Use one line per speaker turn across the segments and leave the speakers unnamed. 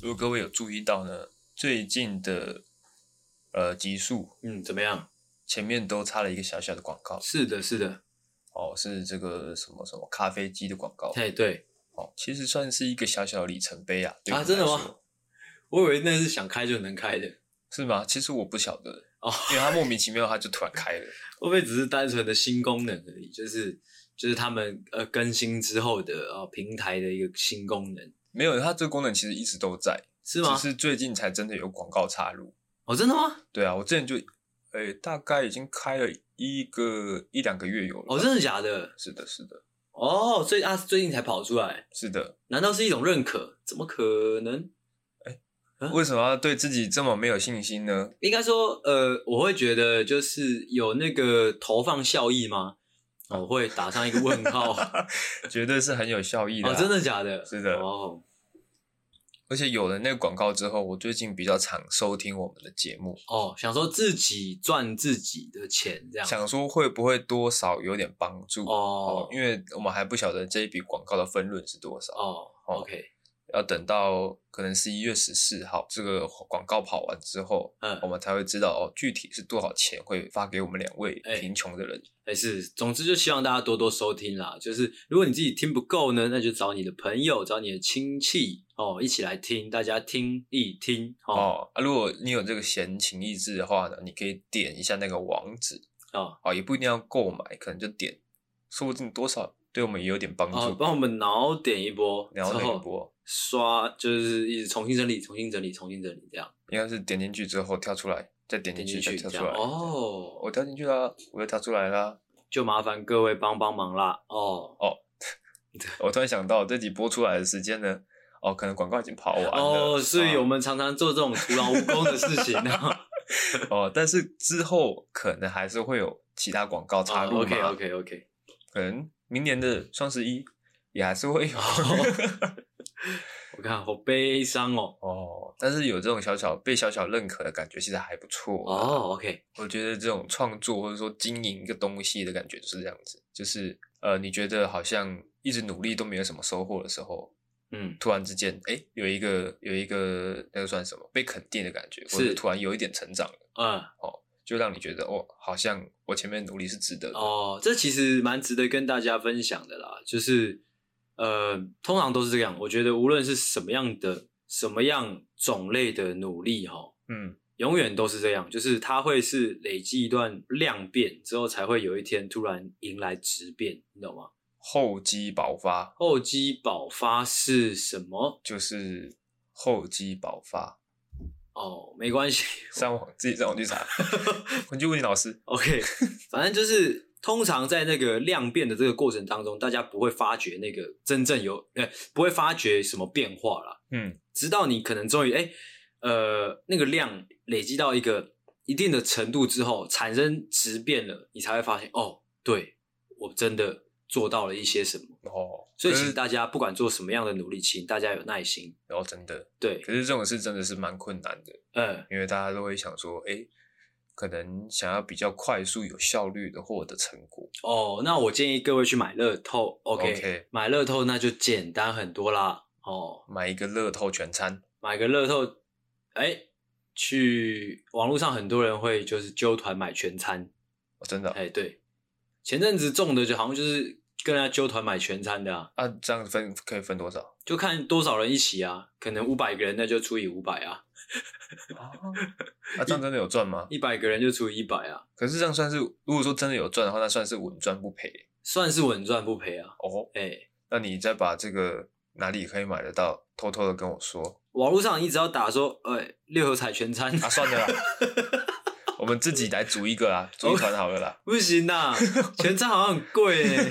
如果各位有注意到呢，最近的呃集数
嗯，怎么样？
前面都插了一个小小的广告
是的，是的，
哦，是这个什么什么咖啡机的广告
哎，对，
哦，其实算是一个小小的里程碑啊。对
啊
我来
真的吗
说？
我以为那是想开就能开的，
是吗？其实我不晓得
哦，
因为它莫名其妙它就突然开了。
会不会只是单纯的新功能而已？就是就是他们呃更新之后的呃平台的一个新功能
没有，它这个功能其实一直都在，
是吗？
只是最近才真的有广告插入。
哦，真的吗？
对啊，我之前就，诶、大概已经开了一个一两个月有了。
哦，真的假的？
是的，是的，
哦，所以啊最近才跑出来，
是的。
难道是一种认可？怎么可能？啊
为什么要对自己这么没有信心呢？
应该说，呃，我会觉得就是有那个投放效益吗？哦我会打上一个问号。哦，
绝对是很有效益的、
真。的假的？
是的
哦
而且有了那个广告之后，我最近比较常收听我们的节目，
哦，想说自己赚自己的钱这样。
想说会不会多少有点帮助
哦
因为我们还不晓得这一笔广告的分润是多少，
哦，OK，
要等到可能十一月十四号这个广告跑完之后，
嗯
我，们才会知道哦具体是多少钱会发给我们两位
哎
贫穷的人。
没事。总之就希望大家多多收听啦。就是如果你自己听不够呢，那就找你的朋友，找你的亲戚哦，一起来听，大家听一听哦
哦，啊，如果你有这个闲情逸致的话呢，你可以点一下那个网址
哦
哦，也不一定要购买，可能就点，说不定多少对我们也有点帮
哦，
助。
帮我们脑点一波，
然后
之
那一
后
波
刷就是一直重新整理、重新整理、重新整理这样。
应该是点进去之后跳出来，再点进去
点进
再
去
跳
这
出
样
来。，
哦，
我跳进去啦，我又跳出来啦。
就麻烦各位帮帮忙啦哦
我突然想到这集播出来的时间呢，哦，可能广告已经跑完了。
哦，所以
啊
我们常常做这种徒劳无功的事情啊。
哦，但是之后可能还是会有其他广告插入嘛。
哦 OK OK OK，
可能明年的双十一也还是会有。
哦我看好悲伤哦。
哦，但是有这种小小被小小认可的感觉，其实还不错。
哦，OK，
我觉得这种创作或者说经营一个东西的感觉就是这样子，就是呃，你觉得好像一直努力都没有什么收获的时候，
嗯，
突然之间，哎、有一个有一个那个算什么被肯定的感觉，或者
是
突然有一点成长了，
嗯，
就让你觉得哦，好像我前面努力是值得的。
哦，这其实蛮值得跟大家分享的啦，就是呃，通常都是这样。我觉得无论是什么样的、什么样种类的努力哈、
嗯，
永远都是这样，就是它会是累积一段量变之后，才会有一天突然迎来质变，你懂吗？
厚积薄发
厚积薄发是什么？
就是厚积薄发。
哦，没关系
上网自己上网去 查，回去问你老师。
，OK，反正就是通常在那个量变的这个过程当中，大家不会发觉那个真正有，呃，不会发觉什么变化啦，
嗯，
直到你可能终于哎，呃，那个量累积到一个一定的程度之后，产生质变了，你才会发现哦，对我真的做到了一些什么。
哦，
所以
可
其
是
实大家不管做什么样的努力，请大家有耐心。
哦，真的，
对，
可是这种事真的是蛮困难的，
嗯，
因为大家都会想说，哎、可能想要比较快速、有效率的获得成果。
哦，那我建议各位去买乐透
OK
买乐透那就简单很多啦。哦，
买一个乐透全餐，
买个乐透，哎、去网络上很多人会就是揪团买全餐，
哦、真的啊
哎、对，前阵子中的就好像就是跟人家揪团买全餐的啊，
啊，这样分可以分多少？
就看多少人一起啊，可能五百个人那就除以五百啊，
啊，这样真的有赚吗？
一百个人就除以一百啊，
可是这样算是，如果说真的有赚的话，那算是稳赚不赔
算是稳赚不赔啊。
哦。
哎、
那你再把这个哪里可以买得到，偷偷的跟我说
网络上你只要打说，哎、六合彩全餐
啊，算了啦，我们自己来组一个啦，组一团好了啦。
不行呐、全餐好像很贵 耶。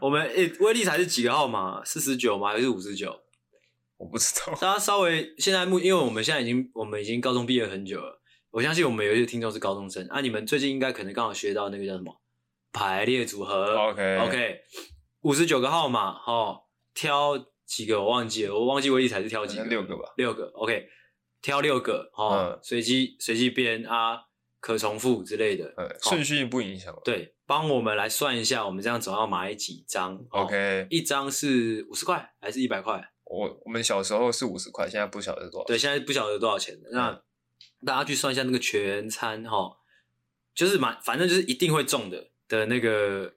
我们诶、威力才是几个号码？四十九吗？还是五十九？
我不知 道，
大家稍微现在目，因为我们现在已经我们已经高中毕业很久了，我相信我们有一些听众是高中生啊。你们最近应该可能刚好学到那个叫什么排列组合
OK
呃 OK，五十九个号码哦，挑几个我忘记了，我忘记威力才是挑
好
几个
像六个吧。
六个 OK，挑六个哦
嗯，
随机随机编啊，可重复之类的，
呃，
好
顺序不影响了。
对，帮我们来算一下，我们这样总要买几张、哦
，OK，
一张是五十块还是一百块？
我我们小时候是五十块，现在不晓得是多少。
对，，现在不晓得多少钱了。那大家去算一下那个全餐哈，就是蛮反正就是一定会中的的那个。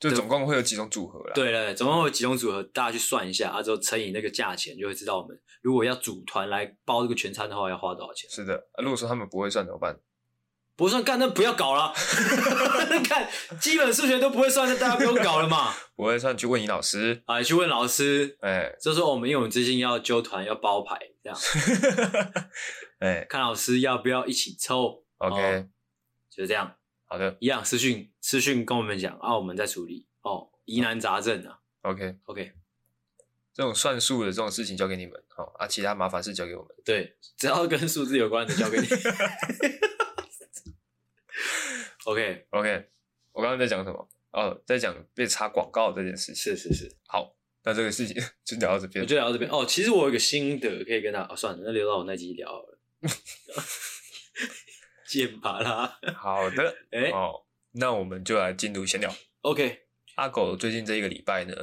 就总共会有几种组合啦。，
对了，总共有几种组合，大家去算一下，啊之后乘以那个价钱，就会知道我们如果要组团来包这个全餐的话，要花多少钱。
是的。啊如果说他们不会算怎么办？
不算干，那不要搞了。看，基本数学都不会算，那大家不用搞了嘛。
不会算，去问你老师。
啊，去问老师，
哎
就说我们因为我们最近要揪团要包牌，这样
哎
看老师要不要一起抽。
，OK，、
哦就是这样，
好的
一样私讯私讯跟我们讲啊，我们在处理哦，疑难杂症啊。
，OK，
OK，
这种算数的这种事情交给你们，好、啊，其他麻烦事交给我们。
对，只要跟数字有关的交给你。OK，
OK，我刚刚在讲什么？哦，在讲被插广告这件事情。
是是是，
好，那这个事情 就聊到这边
我。就聊到这边哦。其实我有一个心得可以跟他，哦，算了，那留到我那集聊好了。 剑拔啦，
好的，
哎、
哦，那我们就来进入闲聊。
o k
阿狗最近这一个礼拜呢，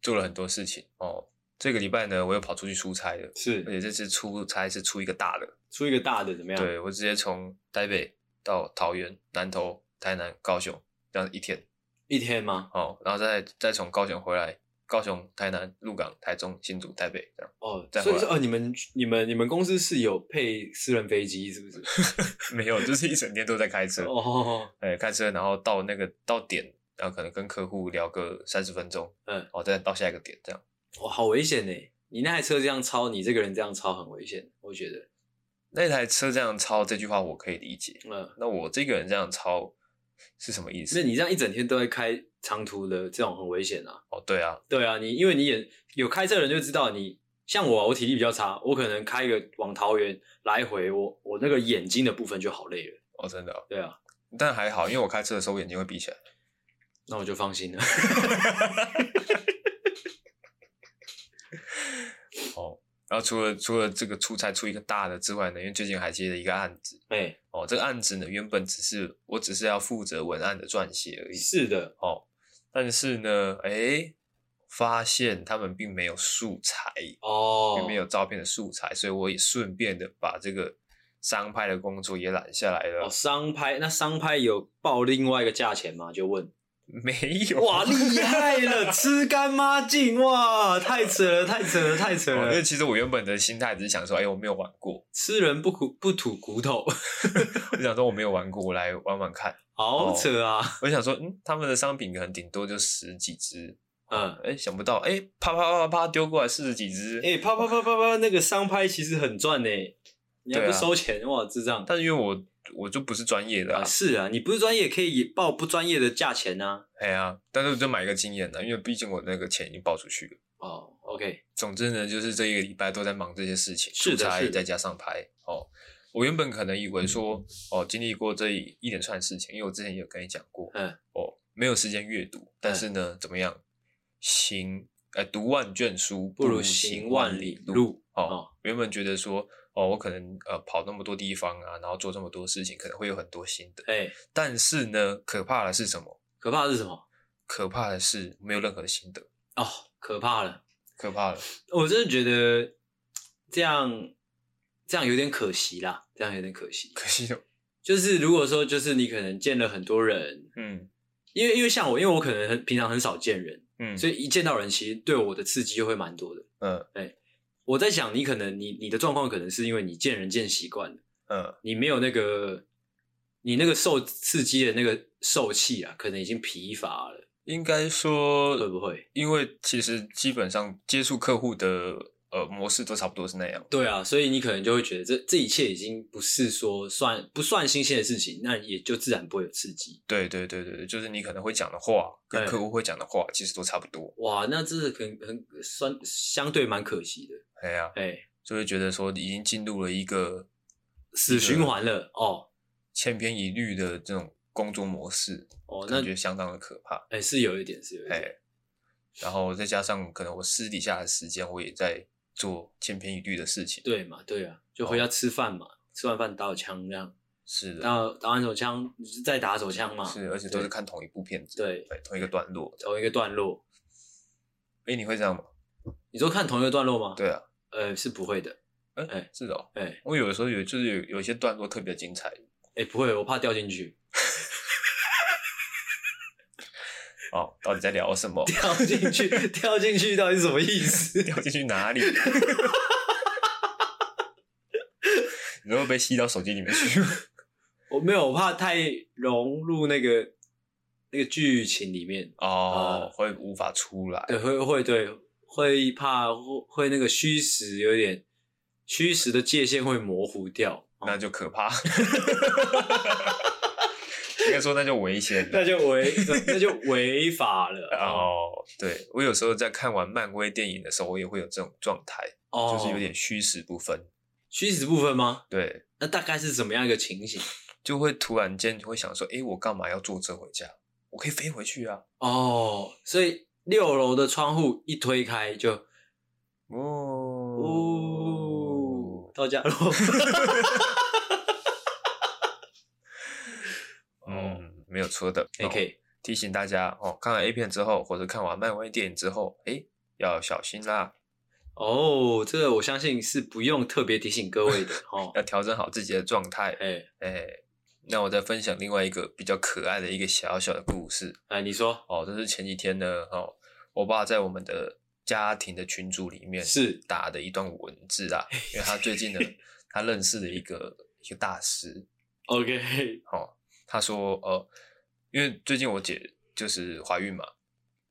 做了很多事情哦。这个礼拜呢，我又跑出去出差了，而
是
且这次出差是出一个大的，
出一个大的怎么样？
对我直接从台北到桃园、南投、台南、高雄这样一天
一天吗？
哦，然后再再从高雄回来，高雄、台南、鹿港、台中、新竹、台北这样，
哦
再，
所以
回
说
来
哦，你们你们你们公司是有配私人飞机是不是？
没有，就是一整天都在开车，
哦，
哎，开车然后到那个到点，然后可能跟客户聊个三十分钟，
嗯，
哦，再到下一个点这样。
哇，好危险呢！你那台车这样超，你这个人这样超很危险，我觉得。
那台车这样超这句话我可以理解，
嗯，
那我这个人这样超是什么意
那
思？
你这样一整天都在开长途的，这种很危险啊。
哦，对啊，
对啊，你因为你也有开车的人就知道你。像我啊，我体力比较差，我可能开个往桃园来回，我我那个眼睛的部分就好累了。
哦，真的哦、
对啊，
但还好，因为我开车的时候眼睛会闭起来。
那我就放心了。
哦，然后除了除了这个出差出一个大的之外呢，因为最近还接了一个案子。
哎、
哦，这个案子呢，原本只是我只是要负责文案的撰写而已。
是的，
哦，但是呢，哎，发现他们并没有素材，
哦，
并没有照片的素材，所以我也顺便的把这个商拍的工作也揽下来了。
哦，商拍那商拍有报另外一个价钱吗？就问。
没有
哇，厉害了，吃干抹净，哇，太扯了，太扯了，太扯
哦因
了
为，其实我原本的心态只是想说，哎、我没有玩过，
吃人不苦不吐骨头，
我想说我没有玩过，我来玩玩看。
好扯啊！
我想说，嗯，他们的商品可能顶多就十几只，
嗯，
哎、想不到，哎、啪啪啪啪啪丢过来四十几只。
哎、啪啪啪啪啪，那个商拍其实很赚呢、你还
对
不
啊
收钱，哇，智障！
但是因为我我就不是专业的、啊
啊，，是啊，你不是专业可以也报不专业的价钱啊。
哎呀、但是我就买一个经验啊的，因为毕竟我那个钱已经报出去了。
哦，OK，
总之呢，就是这一个礼拜都在忙这些事情，
是的
出差
是的
再加上拍哦。我原本可能以为说，哦，经历过这一一连串事情，因为我之前也有跟你讲过，
嗯，
哦，没有时间阅读，但是呢，怎么样？行，哎、读万卷书
不如
行
行万里
里
路。
哦，
哦
原本觉得说，哦，我可能呃跑那么多地方啊，然后做这么多事情，可能会有很多心得。
哎、
但是呢，可怕的是什么？
可怕的是什么？
可怕的是没有任何心得，
哦，可怕了。
可怕了。
我真的觉得这样这样有点可惜啦，这样有点可惜。
可惜了，
就是如果说就是你可能见了很多人，
嗯
因为因为像我，因为我可能很平常很少见人，
嗯，
所
以
以一见到人，其实对我的刺激就会蛮多的。
嗯
我在想，你可能你你的状况可能是因为你见人见习惯了，
嗯，
你没有那个你那个受刺激的那个受气啊，可能已经疲乏了，
应该说
会不会？
因为其实基本上接触客户的呃模式都差不多是那样。
对啊，所以你可能就会觉得这这一切已经不是说算不算新鲜的事情，那也就自然不会有刺激。
对对对对，对就是你可能会讲的话跟
对
客户会讲的话其实都差不多。
哇，那这是很很算相对蛮可惜的，
哎呀、
哎、
就会觉得说已经进入了一个
死循环了哦
千篇一律的这种工作模式，
哦，那
感觉相当的可怕。
哎、是有一点是有一点，
哎，然后再加上可能我私底下的时间，我也在做千篇一律的事情。，
对嘛对啊，就
哦
回家吃饭嘛，吃完饭打手枪这样，
是的，
打打完手枪再打手枪嘛，
是，而且都是
对
看同一部片子，
对
对，同一个段落。
同一个段落。
哎，你会这样吗？
你都看同一个段落吗？，
对啊，
呃，是不会的，
嗯、
哎
是的、哦。
哎、
我有的时候有就是有有一些段落特别精彩，
哎、不会，我怕掉进去，？
哦，到底在聊什么
掉进去，掉进去到底是什么意思？
掉进去哪里？ 你会不会被吸到手机里面去？
我没有，我怕太融入那个那个剧情里面，
哦，会无法出来。
啊对，会会对，会怕会会那个虚实有点虚实的界限会模糊掉，
那就可怕。 应该说那就危险了。
那就违那就违法了。
哦，对我有时候在看完漫威电影的时候，我也会有这种状态，
哦，
就是有点虚实不分。
虚实部分吗？
对，
那大概是怎么样一个情形？
就会突然间就会想说，诶，我干嘛要坐车回家？我可以飞回去啊。
哦，所以六楼的窗户一推开就
哦
哦，到 家了。
嗯，没有错的。
也哎可以，
提醒大家哦，看完 A 片之后，或者看完漫威电影之后，诶，要小心啦，
哦，这个我相信是不用特别提醒各位的哦。
要调整好自己的状态。
哎，
哎，那我再分享另外一个比较可爱的一个小小的故事
哎，你说
哦，这是前几天呢，哦，我爸在我们的家庭的群组里面
是
打的一段文字啊，因为他最近呢，他认识了一个一个大师，
OK？
哦，他说呃，因为最近我姐就是怀孕嘛，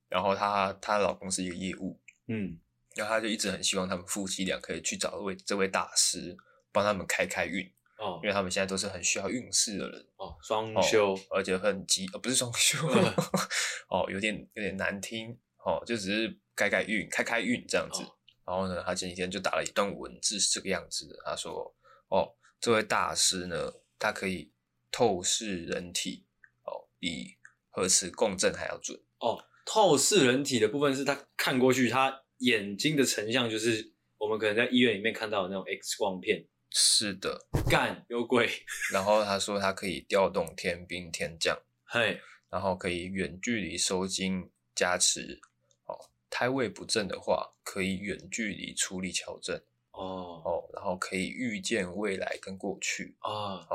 然后她她老公是一个业务，
嗯，
然后她就一直很希望他们夫妻俩可以去找位这位大师帮他们开开运，
哦
因为他们现在都是很需要运势的人。
哦，双休，
而且很急，呃，不是双休
嗯，
哦，有点有点难听，哦，就只是改改运、开开运这样子。
哦
然后呢，他前几天就打了一段文字，是这个样子的。他说：“哦，这位大师呢，他可以透视人体，哦，比核磁共振还要准。
哦，透视人体的部分是他看过去，他眼睛的成像就是我们可能在医院里面看到的那种 X 光片，”
是的。
干有鬼，
然后他说他可以调动天兵天将，
嘿，
然后可以远距离收精加持。哦，胎位不正的话，可以远距离处理矫正。
哦
哦，然后可以预见未来跟过去，
哦，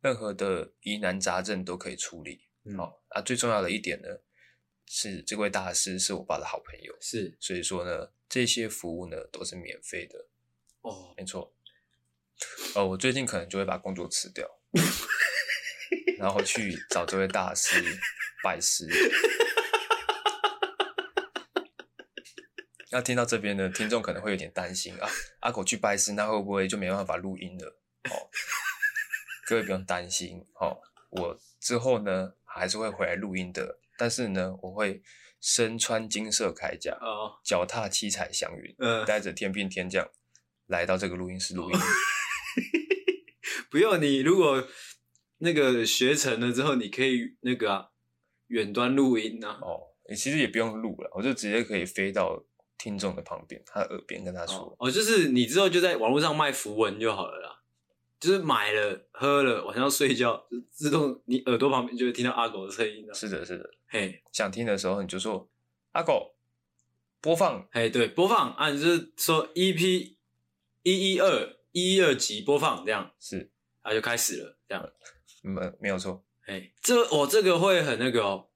任何的疑难杂症都可以处理。
嗯
哦，啊，最重要的一点呢，是这位大师是我爸的好朋友，
是
所以说呢，这些服务呢都是免费的，
哦，
没错。呃，我最近可能就会把工作辞掉，然后去找这位大师拜师。那听到这边呢，听众可能会有点担心啊，阿狗去拜师，那会不会就没办法录音了？哦，各位不用担心哦，我之后呢还是会回来录音的，但是呢，我会身穿金色铠甲，
哦，
脚踏七彩祥云，
嗯，
带着天兵天将来到这个录音室录音。
不用你如果那个学成了之后，你可以那个啊，远端录音啊，
哦，也其实也不用录了，我就直接可以飞到听众的旁边，他耳边跟他
哦
说，
哦，就是你之后就在网络上卖符文就好了啦，就是买了喝了，晚上睡觉就自动你耳朵旁边就会听到阿狗的声音了、
是的，是的，
嘿，
想听的时候你就说阿狗播放，
嘿，对，播放啊，你就是说 EP 一一二一一二集播放这样，
是，
啊就开始了这样。
没没有错，
嘿，哎这我、这个会很那个哦，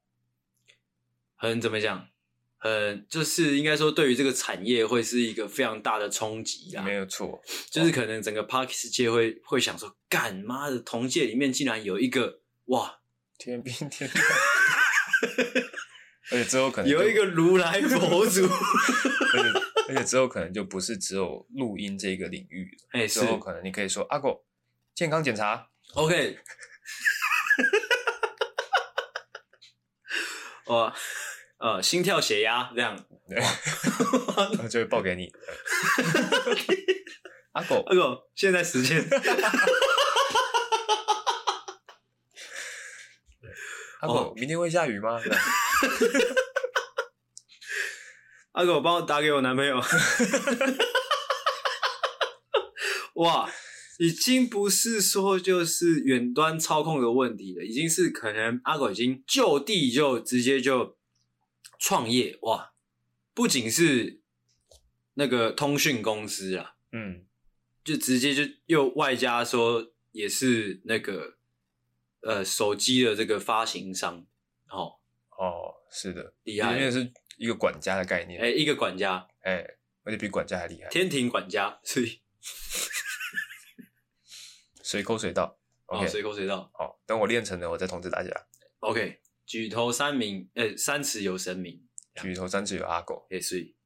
很怎么讲？很就是应该说，对于这个产业会是一个非常大的冲击啦。
没有错，
就是可能整个 Parkes 界会会想说，干妈的同界里面竟然有一个哇，
天兵天将。 而且之后可能就
有一个，如来佛祖，
而且而且之后可能就不是只有录音这个领域了，
哎、是
之后可能你可以说阿狗健康检 查，
OK，哇，呃，心跳、血压这样，
然后就会报给 你。阿狗
哎呦，现在时间，
阿狗，明天会下雨吗？
阿狗帮我打给我男朋友。 哇，已经不是说就是远端操控的问题了，已经是可能阿狗已经就地就直接就创业哇！不仅是那个通讯公司啊，
嗯，
就直接就又外加说也是那个呃手机的这个发行商，哦，
哦，是的，
厉害
因为是一个管家的概念，
哎、一个管家，
哎、而且比管家还厉害，
天庭管家，所以
随口随到
哦，
，OK，
随口随到
好，等我练成了，我再通知大家。
，OK，举头三明，呃、三尺有神明，
举头三尺有阿狗，
哎、所以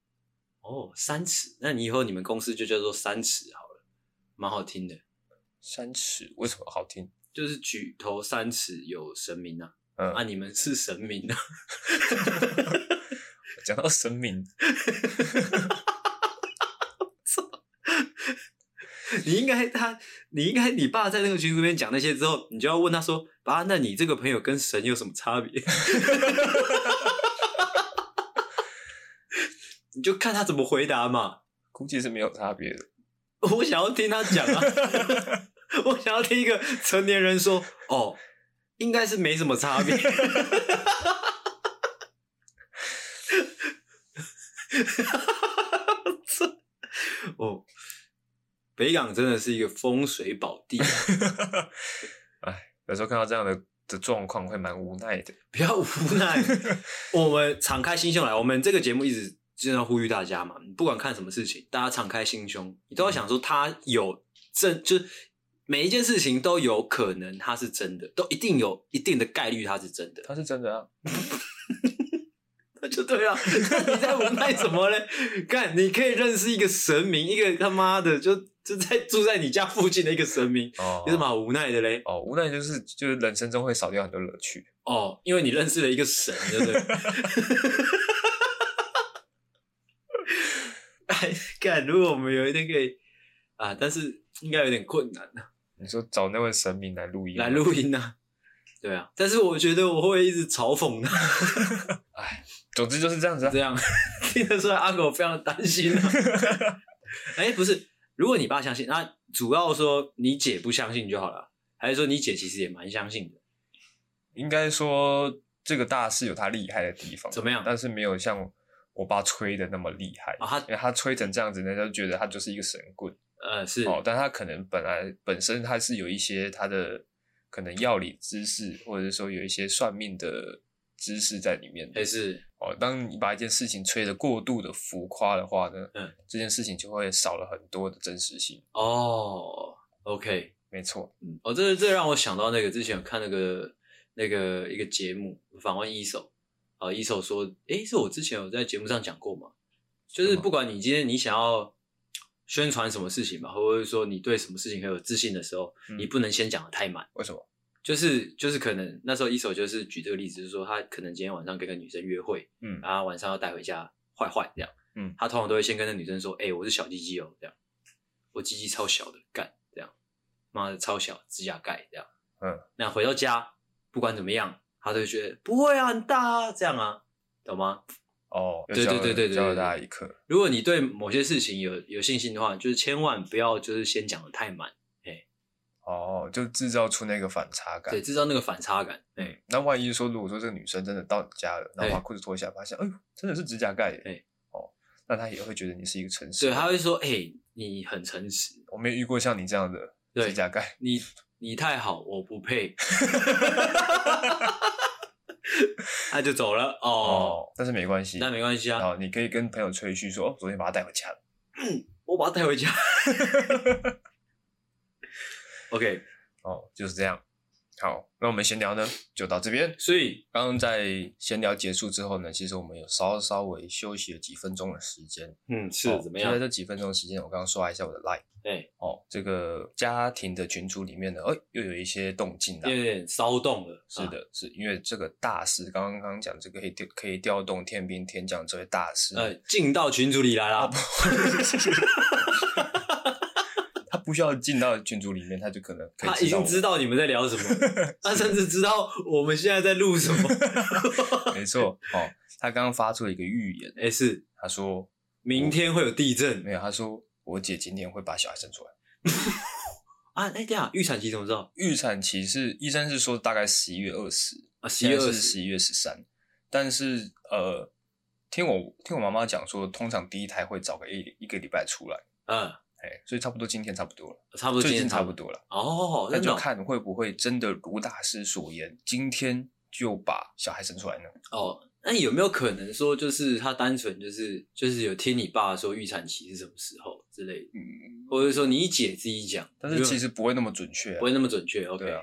哦，三尺，那你以后你们公司就叫做三尺好了，蛮好听的，
三尺为什么好听？
就是举头三尺有神明啊，
嗯，
啊，你们是神明啊，
讲到神明，
你应该他，你应该你爸在那个群组里面讲那些之后，你就要问他说：“爸，那你这个朋友跟神有什么差别？” 你就看他怎么回答嘛。
估计是没有差别的。
我想要听他讲啊，我想要听一个成年人说：“哦，应该是没什么差别。” 这哦，北港真的是一个风水宝地啊、
哎，有时候看到这样的的状况会蛮无奈的。
不要无奈。我们敞开心胸来，我们这个节目一直经常呼吁大家嘛，你不管看什么事情，大家敞开心胸，你都要想说它有真，就是每一件事情都有可能它是真的，都一定有一定的概率它是真的，
他是真的啊，
那就对了。 那你在无奈什么嘞？看，你可以认识一个神明，一个他妈的就就在住在你家附近的一个神明，
哦，
有什么？好无奈的嘞？
哦，无奈就是就是人生中会少掉很多乐趣。
哦，因为你认识了一 个神，对不对？哎，干，如果我们有那个啊，但是应该有点困难啊，
你说找那位神明来录音，
来录音啊，对啊，但是我觉得我会一直嘲讽他，
总之就是这样子啊
这。样听得出来阿狗非常担心啊。 哎、不是，如果你爸相信，那主要说你姐不相信就好了，还是说你姐其实也蛮相信的？
应该说这个大师有他厉害的地方，
怎么样
但是没有像我爸吹的那么厉害
啊他
因为他吹成这样子，人家就觉得他就是一个神棍
呃，是，
哦。但他可能本来本身他是有一些他的可能药理知识，或者是说有一些算命的知识在里面的
还哎是
哦。当你把一件事情吹得过度的浮夸的话呢，
嗯，
这件事情就会少了很多的真实性。
哦，OK，
没错，
嗯，哦，这这让我想到那个之前有看那个那个一个节目访问一手，啊、一手说，诶，是我之前有在节目上讲过嘛，就
什
是
么
不管你今天你想要宣传什么事情嘛，或者说你对什么事情很有自信的时候，
嗯
你不能先讲的太满。
为什么？
就是就是可能那时候一手就是举这个例子，就是说他可能今天晚上跟个女生约会，
嗯
然后晚上要带回家坏坏这样，
嗯
他通常都会先跟那女生说，哎、我是小鸡鸡哦，这样，我鸡鸡超小的，干这样，妈的超小，指甲盖这样，
嗯，
那回到家不管怎么样，他都会觉得不会啊，很大啊，这样啊，懂吗？
哦，
对对对对对
教了
对对
大家一课。
如果你对某些事情有有信心的话，就是千万不要就是先讲的太满，
哦，就制造出那个反差感。
对，制造那个反差感，哎、
嗯，那万一说，如果说这个女生真的到你家了，然
哎
后把裤子脱下来，发现，哎呦，真的是指甲盖耶，
哎
哦，那她也会觉得你是一个诚实
所以
的人。
他会说，哎、你很诚实，
我没有遇过像你这样的
对
指甲盖，
你你太好，我 不配，他就走了哦。，
但是没关系，
那没关系啊，
好，你可以跟朋友吹嘘说，哦，昨天把她带回家了。
我把他带回家。OK，
哦，就是这样。好，那我们闲聊呢就到这边。
所以
刚刚在闲聊结束之后呢，其实我们有稍稍微休息了几分钟的时间。
嗯是
哦
怎么
就
样
在？这几分钟的时间，我刚刚刷一下我的 line。
哎，
哦，这个家庭的群组里面呢，哎，又有一些动静啦
有。点骚动了。啊
是的，是因为这个大师刚刚刚讲这个可以调可以调动天兵天将这位大师，
啊，呃，进到群组里来
啊
啦。
他不需要进到群组里面，他就可能可以
他已
道
经
我
知道你们在聊什 么，他甚至知道我们现在在录什么。
没错哦。他刚刚发出了一个预言，
哎，是
他说
明天会有地震
没有，他说我姐今天会把小孩生出来。
啊？哎，对啊，预产期怎么知道？
预产期是医生是说大概十一月二十，
啊，十
现
一
在
二
是
十
十一月十三，但是呃，听我听我妈妈讲说，通常第一胎会早个一一个礼拜出来，
嗯，
哎，所以差不多今天差不多了，
差不多
最
今天
近差不多了，
哦，
那
真的
就
哦
看会不会真的如大师所言，今天就把小孩生出来呢？
哦。那有没有可能说，就是他单纯就是就是有听你爸说预产期是什么时候之类的，
嗯，
或者说你姐自己讲，
但是其实不会那么准确、啊
不会那么准确。OK，、
对啊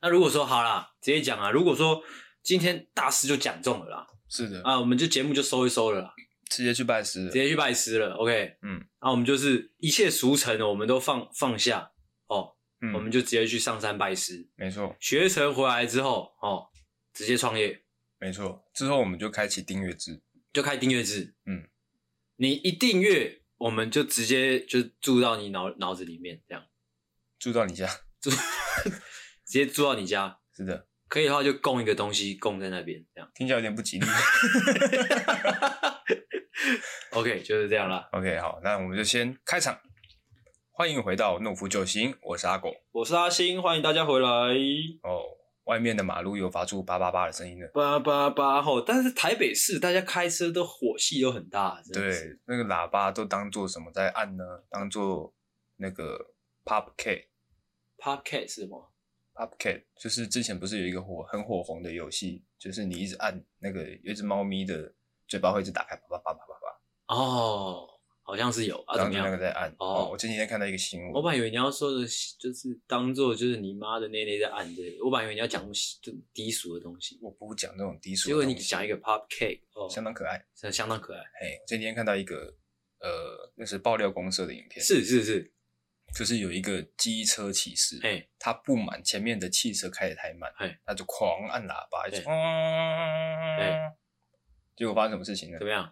那如果说好啦，直接讲啊，如果说今天大师就讲中了啦，
是的，
啊，我们就节目就收一收了啦，
直接去拜师了
直。接去拜师了。OK，
嗯，
那、我们就是一切俗尘，我们都放放下哦，
嗯，
我们就直接去上山拜师，
没错
学成回来之后哦，直接创业，
没错，之后我们就开启订阅制。
就开订阅制。
嗯，
你一订阅，我们就直接就住到你脑脑子里面，这样
住到你家，
直接住到你家。
是的，
可以的话，就供一个东西供在那边，这样。
听起来有点不吉利。
OK，就是这样啦。
OK，好，那我们就先开场。欢迎回到《懦夫救星》，我是阿狗。
我是阿星，欢迎大家回来。
哦，外面的马路有发出叭叭叭的声音了。
叭叭叭吼！但是台北市大家开车都火气都很大，真的是
对，那个喇叭都当做什么在按呢？当做那个 pop cat
Podcast 是吗？
pop cat，就是之前不是有一个火很火红的游戏，就是你一直按那个有一只猫咪的嘴巴会一直打开，叭叭叭叭叭叭，
哦，好像是有啊，怎
当
么
做那个
样？
在按。
哦
哦，我前几天看到一个新闻，
我本来以为你要说的是，就是当做就是你妈的那那在按这个，我本来以为你要讲就低俗的东西，
我不讲这种低俗
结
的
果
东西，
你讲一个 Pop Cake，哦，
相当可爱。
相相当可爱，
哎，我前几天看到一个呃，那是爆料公社的影片，
是是是，
就是有一个机车骑士，
哎，
他不满前面的汽车开的太慢
嘿，
他就狂按喇叭，一直
嘿
嗯，结果发生什么事情呢
怎？么样？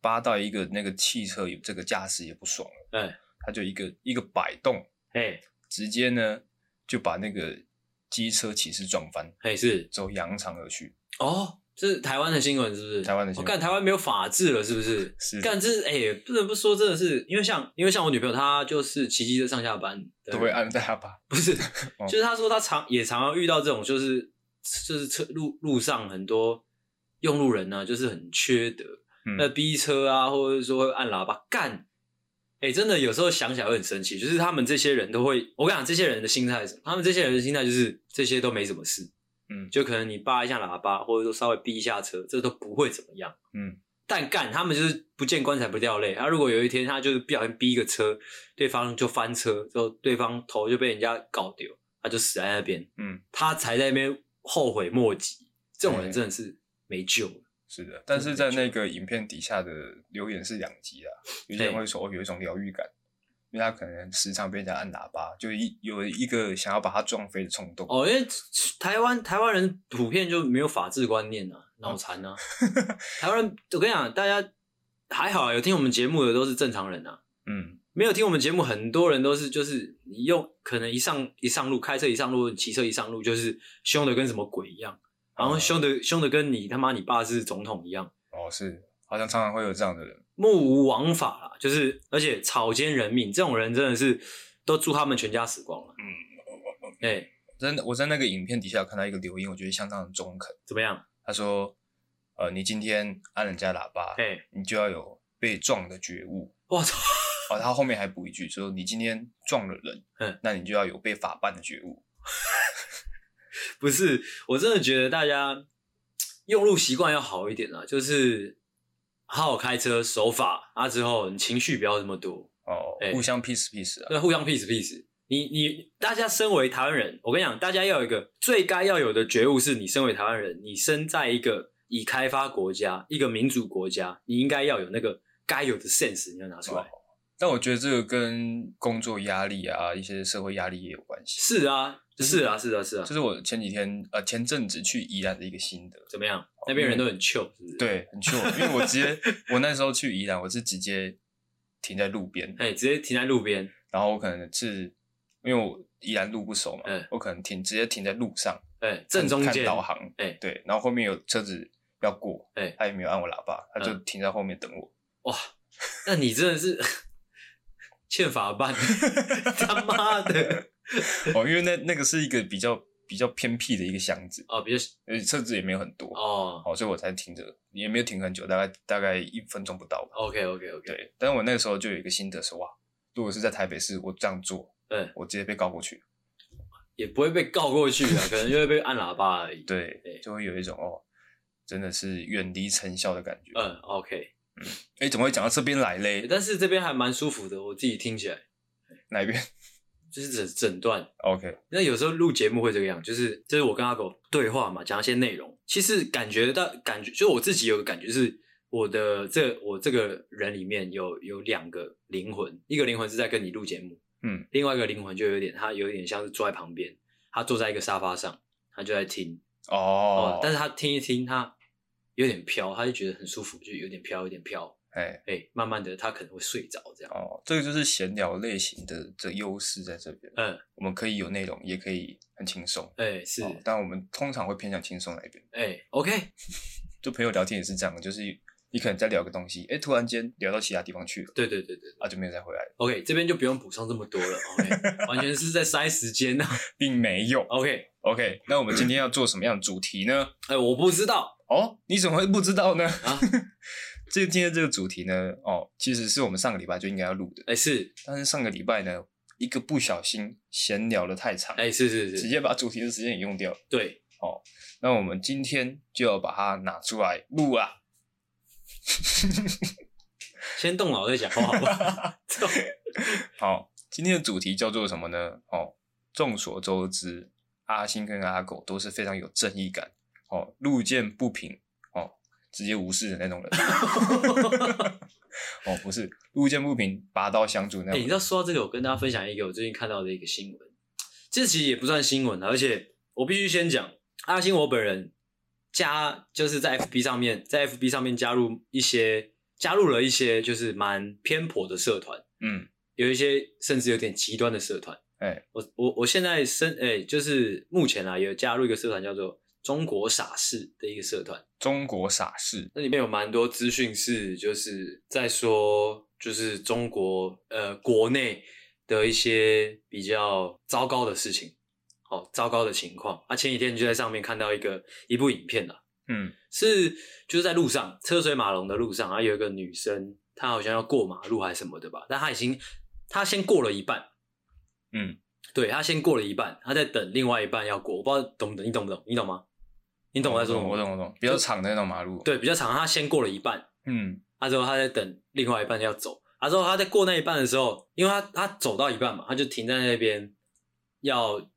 扒到一个那个汽车有这个驾驶也不爽了，
哎
他就一个一个摆动，
哎
直接呢就把那个机车骑士撞翻，
哎是
之后扬长而去。
哦，这是台湾的新闻是不是？
台湾的新
我
闻
干台湾没有法治了是不是？
是
干这哎、不得不说，真的是因为像因为像我女朋友，她就是骑机车上下班的
都
人
会，哦按在喇叭，
不是，
哦
就是她说她常也常常遇到这种，就是就是车路路上很多用路人呢、啊就是很缺德，
嗯
那逼车啊，或者说会按喇叭干。哎、真的有时候想起来会很生气，就是他们这些人都会，我跟你讲，这些人的心态是什么？他们这些人的心态就是这些都没什么事，
嗯
就可能你扒一下喇叭，或者说稍微逼一下车，这都不会怎么样。
嗯，
但干他们就是不见棺材不掉泪。他、如果有一天他就是不小心逼一个车，对方就翻车，之后对方头就被人家搞丢，他就死在那边，
嗯，
他才在那边后悔莫及。这种人真的是没救了。
是的。但是在那个影片底下的留言是两极啊，有些人会说哦有一种疗愈感，因为他可能时常被人家按喇叭，就一有一个想要把他撞飞的冲动。
哦，因为台湾台湾人普遍就没有法治观念啊，脑残啊。台湾人，我跟你讲，大家还好啊，有听我们节目的都是正常人啊。
嗯，
没有听我们节目，很多人都是就是你用可能一上一上路开车一上路，骑车一上路，就是凶的跟什么鬼一样，然后
哦
凶的凶的跟你他妈你爸是总统一样，
哦，是，好像常常会有这样的人。
目无王法啦，就是而且草菅人命，这种人真的是都祝他们全家死光了。嗯，哎、
真的，我在那个影片底下有看到一个留言，我觉得相当的中肯。
怎么样？
他说：“呃，你今天按人家喇叭
哎、，
你就要有被撞的觉悟。
我操，”
哦，他后面还补一句说：“你今天撞了人，
嗯
那你就要有被法办的觉悟。
不是，我真的觉得大家用路习惯要好一点啦，就是好好开车守法啊，之后你情绪不要那么多。”
哦，
哎
互相 peace peace 啊，
对，互相 peace peace。你你大家身为台湾人，我跟你讲，大家要有一个最该要有的觉悟，是你身为台湾人，你身在一个已开发国家、一个民主国家，你应该要有那个该有的 sense，你要拿出来。
但我觉得这个跟工作压力啊，一些社会压力也有关系。
是啊，是啊，是啊，是啊
这，是我前几天呃前阵子去宜兰的一个心得。
怎么样？那边人都很 chill，是不是？，
对，很糗，因为我直接我那时候去宜兰，我是直接停在路边，
哎，直接停在路边，
然后我可能是因为我宜兰路不熟嘛，
嗯
我可能停直接停在路上，
哎，正中
看啊
间，
导航，
哎
对，然后后面有车子要过，
哎嗯
他也没有按我喇叭，他就停在后面等我。
哇，那你真的是 欠法办，他妈的，
哦，因为那那个是一个比较比较偏僻的一个巷子，
哦，比较
而且车子也没有很多，
哦
哦，所以我才停着，也没有停很久，大概大概一分钟不到吧。
，OK OK OK，
对，但我那个时候就有一个心得是哇，如果是在台北市，我这样做，
嗯，
我直接被告过去。
也不会被告过去 啊，可能就会被按喇叭而已。，
对
对，
就会有一种哦，真的是远离尘嚣的感觉。
嗯，OK，
哎、怎么会讲到这边来嘞？
但是这边还蛮舒服的，我自己听起来
哪一边
就是诊诊断。
？OK，
那有时候录节目会这个样，就是就是我跟阿狗对话嘛，讲一些内容。其实感觉到感觉，就是我自己有个感觉是，我的这我这个人里面有有两个灵魂，一个灵魂是在跟你录节目，
嗯，
另外一个灵魂就有点，他有点像是坐在旁边，他坐在一个沙发上，他就在听
哦，
但是他听一听，他有点飘，他就觉得很舒服，就有点飘，有点飘，
哎、
哎、慢慢的他可能会睡着这样。
哦，这个就是闲聊类型的的优势在这边。
嗯，
我们可以有内容，也可以很轻松。
哎、是，哎
哦、但我们通常会偏向轻松那一边。
，OK，
就朋友聊天也是这样，就是你可能在聊个东西，哎、突然间聊到其他地方去了，
对对对对。
啊，就没有再回来了，
OK，这边就不用补充这么多了。OK，完全是在塞时间呢、
并没有。
OK，
OK，那我们今天要做什么样的主题呢？
哎、我不知道
哦，你怎么会不知道呢？
啊。
这今天这个主题呢，哦，其实是我们上个礼拜就应该要录的，
哎、是，
但是上个礼拜呢，一个不小心闲聊的太长，
哎、是是
直
是，
接把主题的时间也用掉了。
对，
那我们今天就要把它拿出来录啊！
先动脑再讲话，好 不好？这种
好，今天的主题叫做什么呢？哦，众所周知，阿星跟阿狗都是非常有正义感，哦，路见不平，哦，直接无视的那种 人。哦，不是，路见不平，拔刀相助那种
哎、你
人。
知道说到这个，我跟大家分享一个我最近看到的一个新闻，这其实也不算新闻啊，而且我必须先讲，阿星我本人加就是在 FB 上面，在 FB 上面加入一些加入了一些就是蛮偏颇的社团，
嗯，
有一些甚至有点极端的社团。
哎
我我我现在身哎、就是目前啊，有加入一个社团叫做“中国傻事”的一个社团，
中国傻事，
那里面有蛮多资讯是就是在说，就是中国呃国内的一些比较糟糕的事情，哦，糟糕的情况。啊，前几天就在上面看到一个一部影片啊，
嗯
是就是在路上车水马龙的路上，啊，有一个女生，她好像要过马路还是什么的吧，但她已经她先过了一半，
嗯，
对她先过了一半，她在等另外一半要过，我不知道懂不懂，你懂不懂？你懂吗？你懂我在说什么？
我懂我懂，比较长的那种马路。，
对，比较长，她先过了一半，
嗯
啊之后她在等另外一半要走，啊之后她在过那一半的时候，因为她她走到一半嘛，她就停在那边要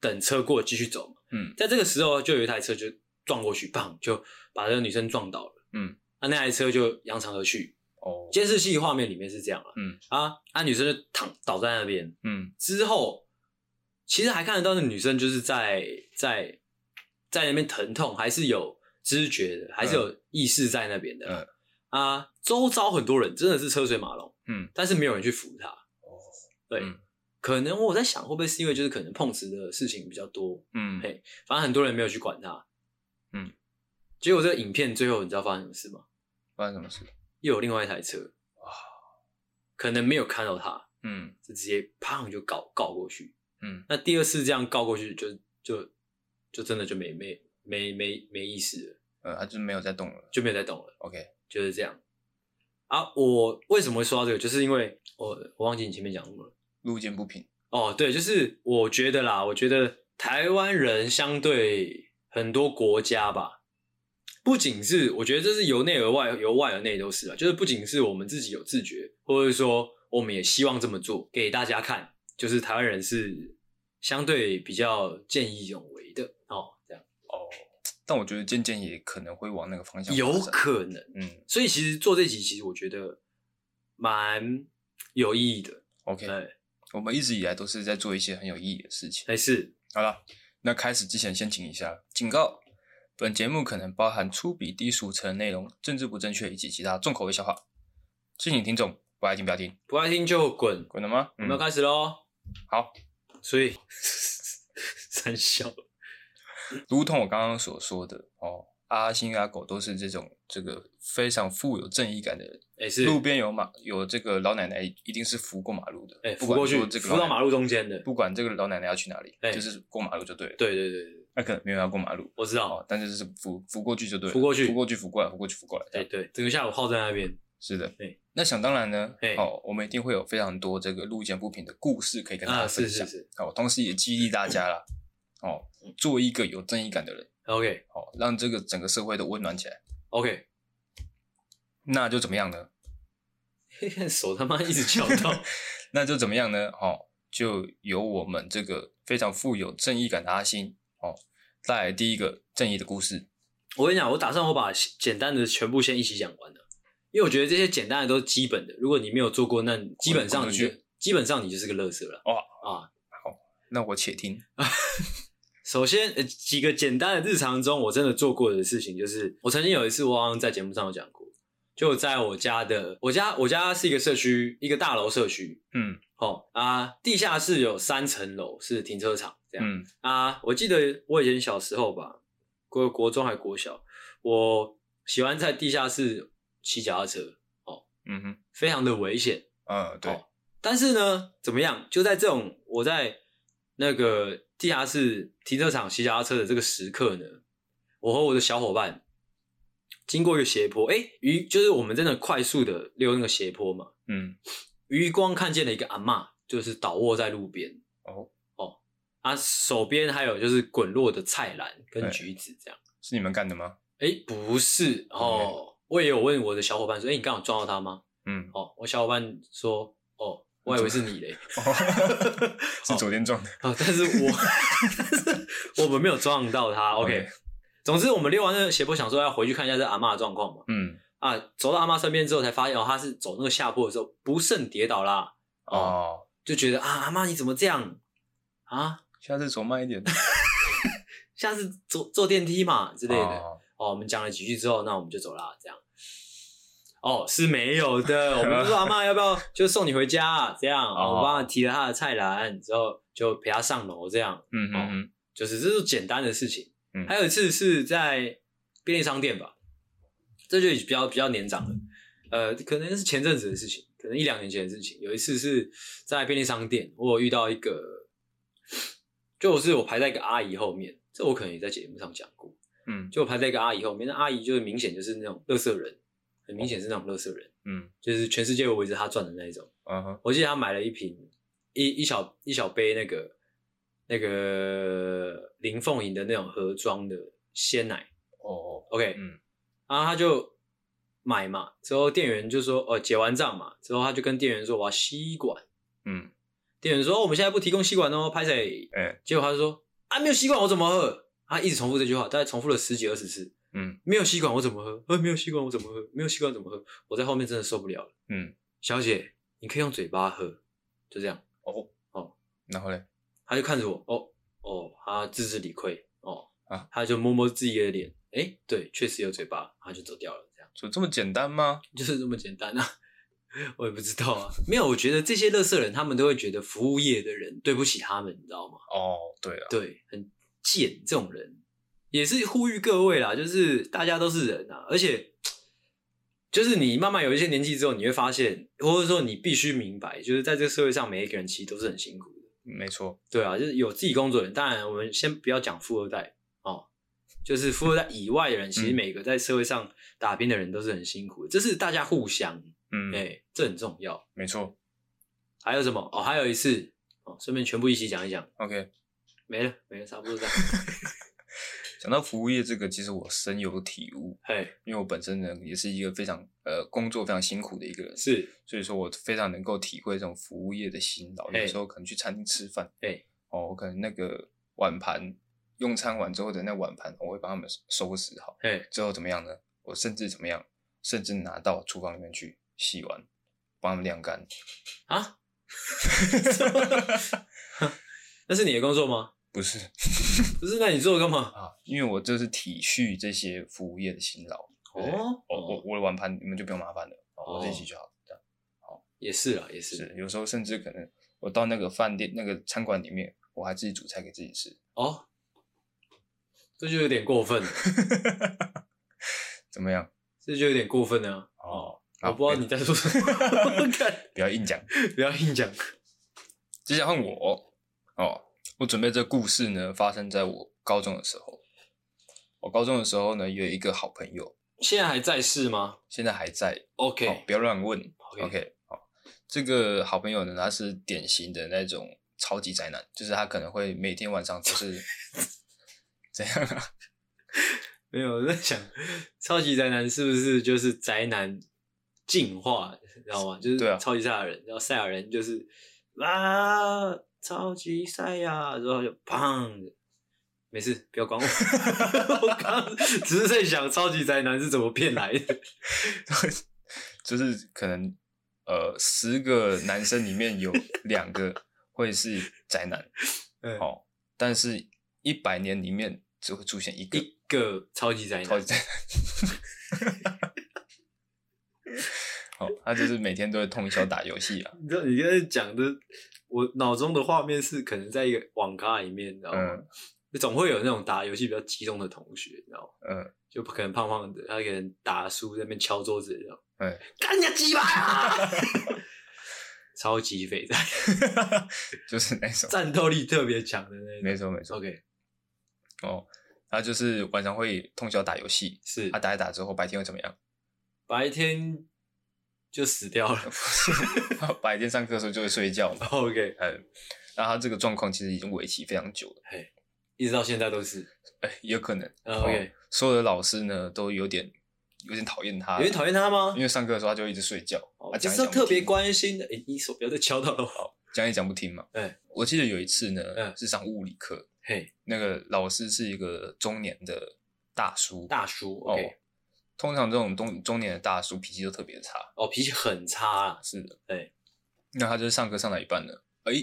等车过继续走嘛。
嗯
在这个时候，就有一台车就撞过去，砰，就把这个女生撞倒了。
嗯，
啊，那台车就扬长而去。
哦
监视器画面里面是这样啊，
嗯
啊，啊，女生就躺倒在那边。
嗯
之后，其实还看得到那女生就是在在在那边疼痛，还是有知觉的，还
嗯
是有意识在那边的啦。啊，周遭很多人真的是车水马龙，
嗯
但是没有人去扶她。
哦
对，
嗯
可能我在想，会不会是因为就是可能碰瓷的事情比较多，
嗯
嘿反正很多人没有去管他。
嗯，
结果这个影片最后你知道发生什么事吗？
发生什么事？
又有另外一台车，
哇
可能没有看到他，
嗯
就直接砰就告告过去。
嗯
那第二次这样告过去就，就就真的就没没没没没意思了，
呃，他就没有再动了。
就没有再动了，
OK，
就是这样。啊，我为什么会说到这个？就是因为我我忘记你前面讲什么了。
路见不平。
哦，对，就是我觉得啦，我觉得台湾人相对很多国家吧，不仅是我觉得这是由内而外，由外而内都是啊，就是不仅是我们自己有自觉，或者说我们也希望这么做给大家看，就是台湾人是相对比较见义勇为的哦，这样
哦，但我觉得渐渐也可能会往那个方向发展。
有可能，
嗯
所以其实做这集其实我觉得蛮有意义的，
，OK，
哎，
我们一直以来都是在做一些很有意义的事情。
还是
好了，那开始之前先请一下警告：本节目可能包含粗鄙、低俗、成人内容、政治不正确以及其他重口味笑话，敬请听众不爱听不要听，
不爱听就滚，
滚了吗？
我们要
嗯、
开始喽。
好，
所以 三笑
如同我刚刚所说的哦，阿星阿狗都是这种这个非常富有正义感的人。
哎是
路边有马有这个老奶奶，一定是扶过马路的。
哎
不
扶过
管
去
说这个
扶
老
到
奶奶
马路中间的
不管这个老奶奶要去哪里，
哎
就是过马路就对了。，
对对对对，
那可能没有要过马路
我知道
哦，，但是是扶扶过去就对了。
扶过去
扶过去，扶过来，扶过去，扶过来。这
哎、
样
对，整个下午耗在那边，
是的
对。
那想当然呢
哎，
哦，我们一定会有非常多这个路见不平的故事可以跟大
啊
家
是
分
是嗯
享。
是
哦，同时也激励大家啦，哦，做一个有正义感的人。
，OK
哦，让这个整个社会都温暖起来，
OK，
那就怎么样呢？
手他妈一直翘 到，
那就怎么样呢？哦，就由我们这个非常富有正义感的阿星哦，带来第一个正义的故事。
我跟你讲，我打算我把简单的全部先一起讲完了，因为我觉得这些简单的都是基本的，如果你没有做过，那你基本上你就
滚出
基本上你就是个乐色了。
哦
啊，
那我且听。
首先、呃几个简单的日常中我真的做过的事情，就是我曾经有一次，我好像在节目上有讲过，就在我家的我家我家是一个社区，一个大楼社区，
嗯
哦啊，地下室有三层楼是停车场，这样。
嗯
啊，我记得我以前小时候吧，国国中还国小，我喜欢在地下室骑脚踏车，
嗯哼，
非常的危险。
啊对
哦，但是呢，怎么样？就在这种我在那个地下室停车场骑脚踏车的这个时刻呢，我和我的小伙伴经过一个斜坡，诶，鱼就是我们真的快速的溜那个斜坡嘛，
嗯
余光看见了一个阿嬷，就是倒卧在路边，
哦，
啊，手边还有就是滚落的菜篮跟
哎
橘子这样。
是你们干的吗？
哎，不是哦，我也有问我的小伙伴说，哎，你刚好撞到他吗？
嗯，
哦，我小伙伴说，哦，我还以为是你嘞，
是昨天撞的。
哦，但是我 但是我们没有撞到他。OK，, 哦总之我们溜完那个斜坡，想说要回去看一下这阿嬷的状况嘛。
嗯
啊，走到阿嬷身边之后，才发现哦，她是走那个下坡的时候不慎跌倒啦。哦，
哦，
就觉得啊，阿嬷你怎么这样啊？
下次走慢一点
下次坐坐电梯嘛之
之
类的。哦，我们讲了几句之后，那我们就走啦，这样。哦，是没有的。我们就说阿妈要不要就送你回家、这样，哦、
哦
我帮她提了她的菜篮之后，就陪她上楼，这样
嗯嗯嗯，
就是这是简单的事情。
嗯
还有一次是在便利商店吧，这就比较比较年长了，呃，可能是前阵子的事情，可能一两年前的事情。有一次是在便利商店，我有遇到一个，就是我排在一个阿姨后面，这我可能也在节目上讲过。
嗯
就我排在一个阿姨后面，那阿姨就是明显就是那种乐色人，很明显是那种乐色人，
嗯
就是全世界围着她转的那一种。
嗯哼，
我记得她买了一瓶一一小一小杯那个那个林凤营的那种盒装的鲜奶
哦
，OK，
嗯
然后她就买嘛，之后店员就说，哦，结完账嘛，之后她就跟店员说我要吸管，
嗯，
店员说、哦我们现在不提供吸管哦，拍谁？
哎
结果她就说啊没有吸管我怎么喝？她一直重复这句话，大概重复了十几二十次。
嗯
没有吸管我怎么喝？呃，没有吸管我怎么喝？没有吸管怎么喝？我在后面真的受不了了。
嗯
小姐，你可以用嘴巴喝，就这样。
哦
哦，
然后嘞，
他就看着我，哦哦，他自知理亏，哦
啊，
他就摸摸自己的脸，诶，对，确实有嘴巴，他就走掉了。这样
就这么简单吗？
就是这么简单啊。 我也不知道啊，没有，我觉得这些乐色人，他们都会觉得服务业的人对不起他们，你知道吗？
哦，对啊，
对，很贱这种人，也是呼吁各位啦，就是大家都是人啊，而且就是你慢慢有一些年纪之后，你会发现，或者说你必须明白，就是在这个社会上，每一个人其实都是很辛苦的。
没错，
对啊，就是有自己工作的人，当然我们先不要讲富二代哦，就是富二代以外的人，其实
嗯
每个在社会上打拼的人都是很辛苦的，这是大家互相，
嗯
哎、，这很重要。
没错
还有什么？哦，还有一次哦，顺便全部一起讲一讲，
，OK。
没了没了，差不多这样。
讲到服务业这个，其实我深有体悟，
嘿，
因为我本身呢也是一个非常呃工作非常辛苦的一个人，
是
所以说我非常能够体会这种服务业的辛劳。
嘿
有时候可能去餐厅吃饭，
嘿，
哦，我可能那个碗盘用餐完之后的那碗盘，我会帮他们收拾好，
嘿。
之后怎么样呢？我甚至怎么样，甚至拿到厨房里面去洗完，帮他们晾干。
啊？ 那是你的工作吗？
不是
不是，那你做干嘛？
啊，因为我就是体恤这些服务业的辛劳。对
哦
我我我的碗盘你们就不用麻烦了，哦我自己洗就好了。这样
也是啦，也是
是，有时候甚至可能我到那个饭店、那个餐馆里面，我还自己煮菜给自己吃。
哦。这就有点过分了，
怎么样？
这就有点过分了啊。哦，我
好
不知道你在说什 么，干
不要硬讲。
不要硬讲。
接下来换我哦，我准备这故事呢，发生在我高中的时候。我高中的时候呢，有一个好朋友，
现在还在世吗
现在还在。哦
？OK，
不要乱问。
OK
OK，好、这个好朋友呢，他是典型的那种超级宅男，就是他可能会每天晚上都是怎样啊？
没有我在想，超级宅男是不是就是宅男进化，你知道吗？就是
对啊
超级赛亚人，然后赛亚人就是啊，超级赛亚，然后就砰的。没事，不要 管我。我刚只是在想超级宅男是怎么骗来的。
就是可能呃，十个男生里面有两个会是宅男，
嗯，
哦，但是一百年里面只会出现一个
一个超级宅
超
男
级，宅男。好、哦他就是每天都会通宵打游戏啊。
你知道你刚才讲的，我脑中的画面是可能在一个网咖里面，你知道吗？
嗯
总会有那种打游戏比较激动的同学，你知道吗？
嗯，
就可能胖胖的，他可能打输在那边敲桌子，这样
哎，
干人家鸡巴啊！超级肥仔，
就是那种，
战斗力特别强的那种。
没错没错。
OK，
哦，他就是晚上会通宵打游戏，
是、
他打一打之后，白天会怎么样？
白天就死 掉了。
白天上课的时候就会睡觉嘛。
OK，
嗯，那他这个状况其实已经维持非常久了，
一直到现在都是
哎、有可能。
嗯 OK
哦所有的老师呢都有点有点讨厌他，
有人讨厌他吗
因？为上课的时候他就一直睡觉，
哦
他
只
讲一
是
讲
他
不听
特别关心的。哎、你手不要再敲到了我。
讲也讲不听嘛。
哎
我记得有一次呢，
嗯
是上物理课，
嘿，
那个老师是一个中年的大叔，哦
大叔，OK，
通常这种中中年的大叔脾气都特别差，
哦脾气很差啊啦。
是的，
对。
那他就是上课上到一半呢，哎、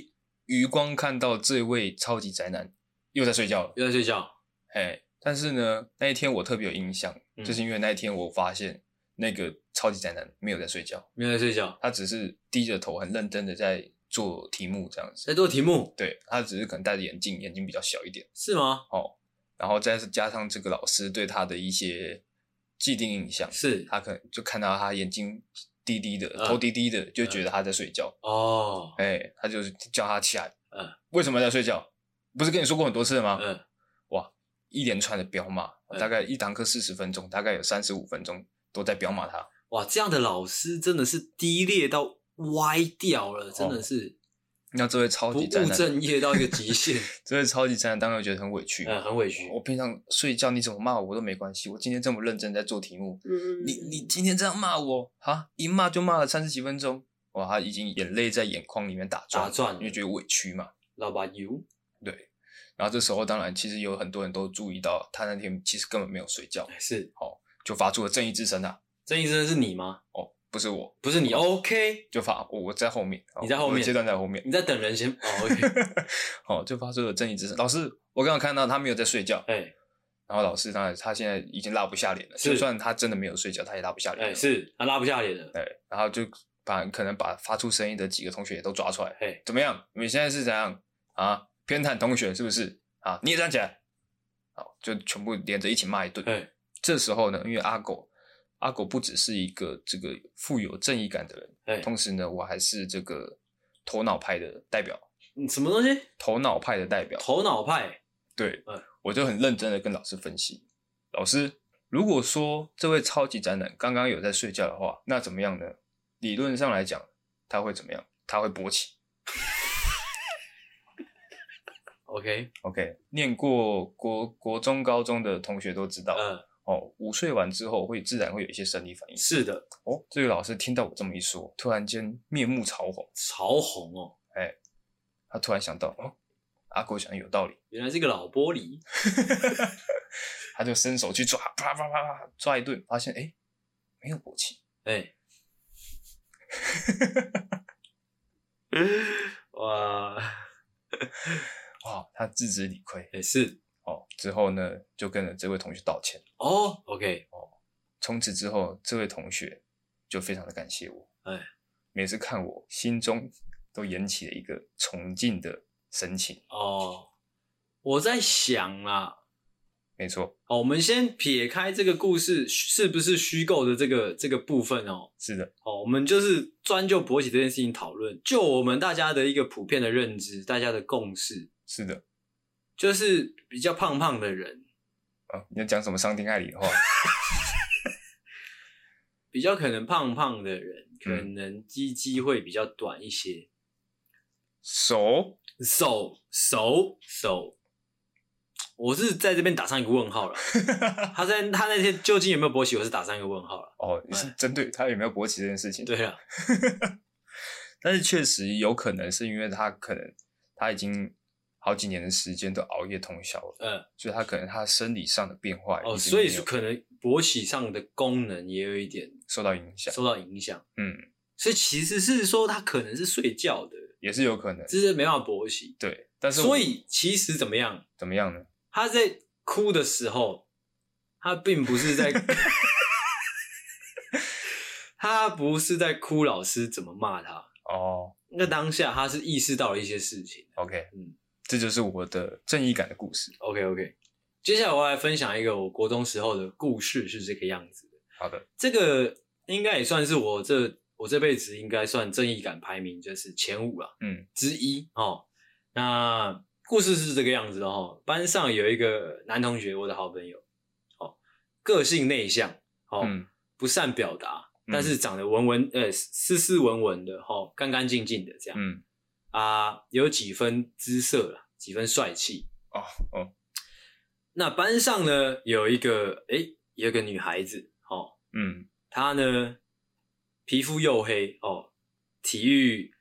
余光看到这位超级宅男又在睡觉了，
又在睡觉。
哎，但是呢，那一天我特别有印象，
嗯
就是因为那一天我发现那个超级宅男没有在睡觉，
没有在睡觉，
他只是低着头很认真的在做题目这样子，
在做题目
对他只是可能戴着眼镜，眼睛比较小一点，
是吗？
然后再加上这个老师对他的一些既定印象，
是
他可能就看到他眼睛低低的，
嗯
头低低的，就觉得他在睡觉。
哦，
哎、他就是叫他起来，
嗯，
为什么在睡觉？不是跟你说过很多次了吗？
嗯，
哇，一连串的彪骂，
嗯
大概一堂课四十分钟，大概有三十五分钟都在彪骂他。
哇，这样的老师真的是低劣到歪掉了，真的是
那这位哦超
不
级
务
宅男，
正业到一个 极限，
这位超级宅男当然觉得很委屈。
嗯，很委屈。
我平常睡觉你怎么骂我都没关系，我今天这么认真在做题目，你你今天这样骂我啊，一骂就骂了三十几分钟，哇，他已经眼泪在眼眶里面打转，
打转
因为觉得委屈嘛。
老把油，
对，然后这时候当然其实有很多人都注意到他那天其实根本没有睡觉，
哎是
就发出了正义之声啊！
郑医生是你吗？
哦，不是我，
不是你，OK？
哦就发我我在后面，哦
你在后面
我的阶段在后面
你，在等人先哦，OK？
哦，就发出了正义之声。老师，我刚刚看到他没有在睡觉，
哎
然后老师当然他现在已经拉不下脸了，
是
就算他真的没有睡觉，他也拉不下脸
哎，
了。
是他拉不下脸了，
对，然后就把可能把发出声音的几个同学也都抓出来，
哎，
怎么样？你们现在是怎样啊？偏袒同学是不是？啊，你也站起来，好，就全部连着一起骂一顿。
哎，
这时候呢，因为阿狗，阿狗不只是一个这个富有正义感的人，
哎，
同时呢，我还是这个头脑派的代表，
你嗯什么东西？
头脑派的代表。
头脑派，
对，
嗯
我就很认真的跟老师分析，老师，如果说这位超级宅男刚刚有在睡觉的话，那怎么样呢？理论上来讲，他会怎么样？他会勃起。
，OK？
OK，念过国国中、高中的同学都知道，
嗯，
哦，午睡完之后会自然会有一些生理反应。
是的，
哦，这个老师听到我这么一说，突然间面目潮红，
潮红哦，
他突然想到，哦，阿狗讲的有道理，
原来是个老玻璃，
他就伸手去抓，啪啪啪啪抓一顿，发现哎、诶没有勃起，
哎，哇，
哇，他自知理亏，
哎是
哦，之后呢就跟了这位同学道歉，
哦，OK。
从此之后，这位同学就非常的感谢我，
哎，
每次看我心中都燃起了一个崇敬的神情，
哦，我在想啦，
没错，
哦，我们先撇开这个故事是不是虚构的这个这个部分哦，
是的，
哦，我们就是专就勃起这件事情讨论，就我们大家的一个普遍的认知，大家的共识，
是的
就是比较胖胖的人，
啊！你要讲什么伤天害理的话？
比较可能胖胖的人，可能鸡鸡会比较短一些，
手
手手手，我是在这边打上一个问号了。他在他那天究竟有没有勃起，我是打上一个问号了。
哦，你是针对他有没有勃起这件事情？
哎对啊了，
但是确实有可能是因为他可能他已经好几年的时间都熬夜通宵了，
嗯，
所以他可能他生理上的变化
哦，
已经
所以
没有
是可能勃起上的功能也有一点
受到影响，
受到影响，
嗯，
所以其实是说他可能是睡觉的，
也是有可能，
只是没办法勃起。
对。但是我
所以其实怎么样，
怎么样呢？
他在哭的时候，他并不是 在，他不是在哭老师怎么骂他。
哦
那当下他是意识到了一些事情。
，OK，
嗯
这就是我的正义感的故事。
OK OK，接下来我要来分享一个我国中时候的故事是这个样子的。
好的，
这个应该也算是我这我这辈子应该算正义感排名就是前五了，
嗯，
之一哦。那故事是这个样子的哦，班上有一个男同学，我的好朋友，哦，个性内向，哦，
嗯
不善表达，
嗯
但是长得文文呃斯斯文文的，哦，干干净净的这样、
嗯，
啊，有几分姿色啦，几分帅气。
哦哦，
那班上呢有一个诶、有一个女孩子，哦，
嗯
她呢皮肤黝黑，哦，体育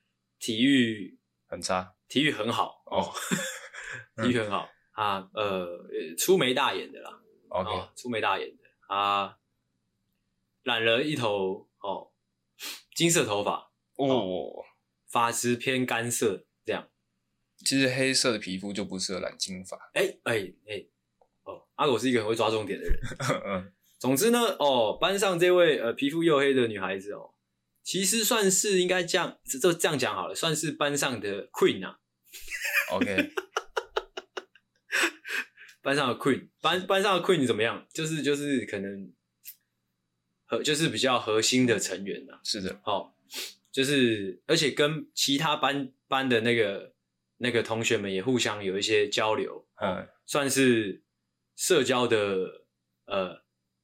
体育
很差
体育很好哦，体
嗯
育很好啊，呃，呃粗眉大眼的啦，
，OK，、
哦，粗眉大眼的啊，染了一头哦金色头发，
哦，
发质偏干涩，这样，
其实黑色的皮肤就不适合染金发，
哎哎哎，哦，阿狗是一个很会抓重点的人。
嗯
总之呢，哦，班上这位呃皮肤黝黑的女孩子哦，其实算是应该这样，这这这样讲好了，算是班上的 queen 啊，
，OK，
班上的 queen，班班上的 queen 怎么样？就是就是可能核就是比较核心的成员呐、
是的，
哦，就是而且跟其他班班的那个那个同学们也互相有一些交流，
嗯
算是社交的呃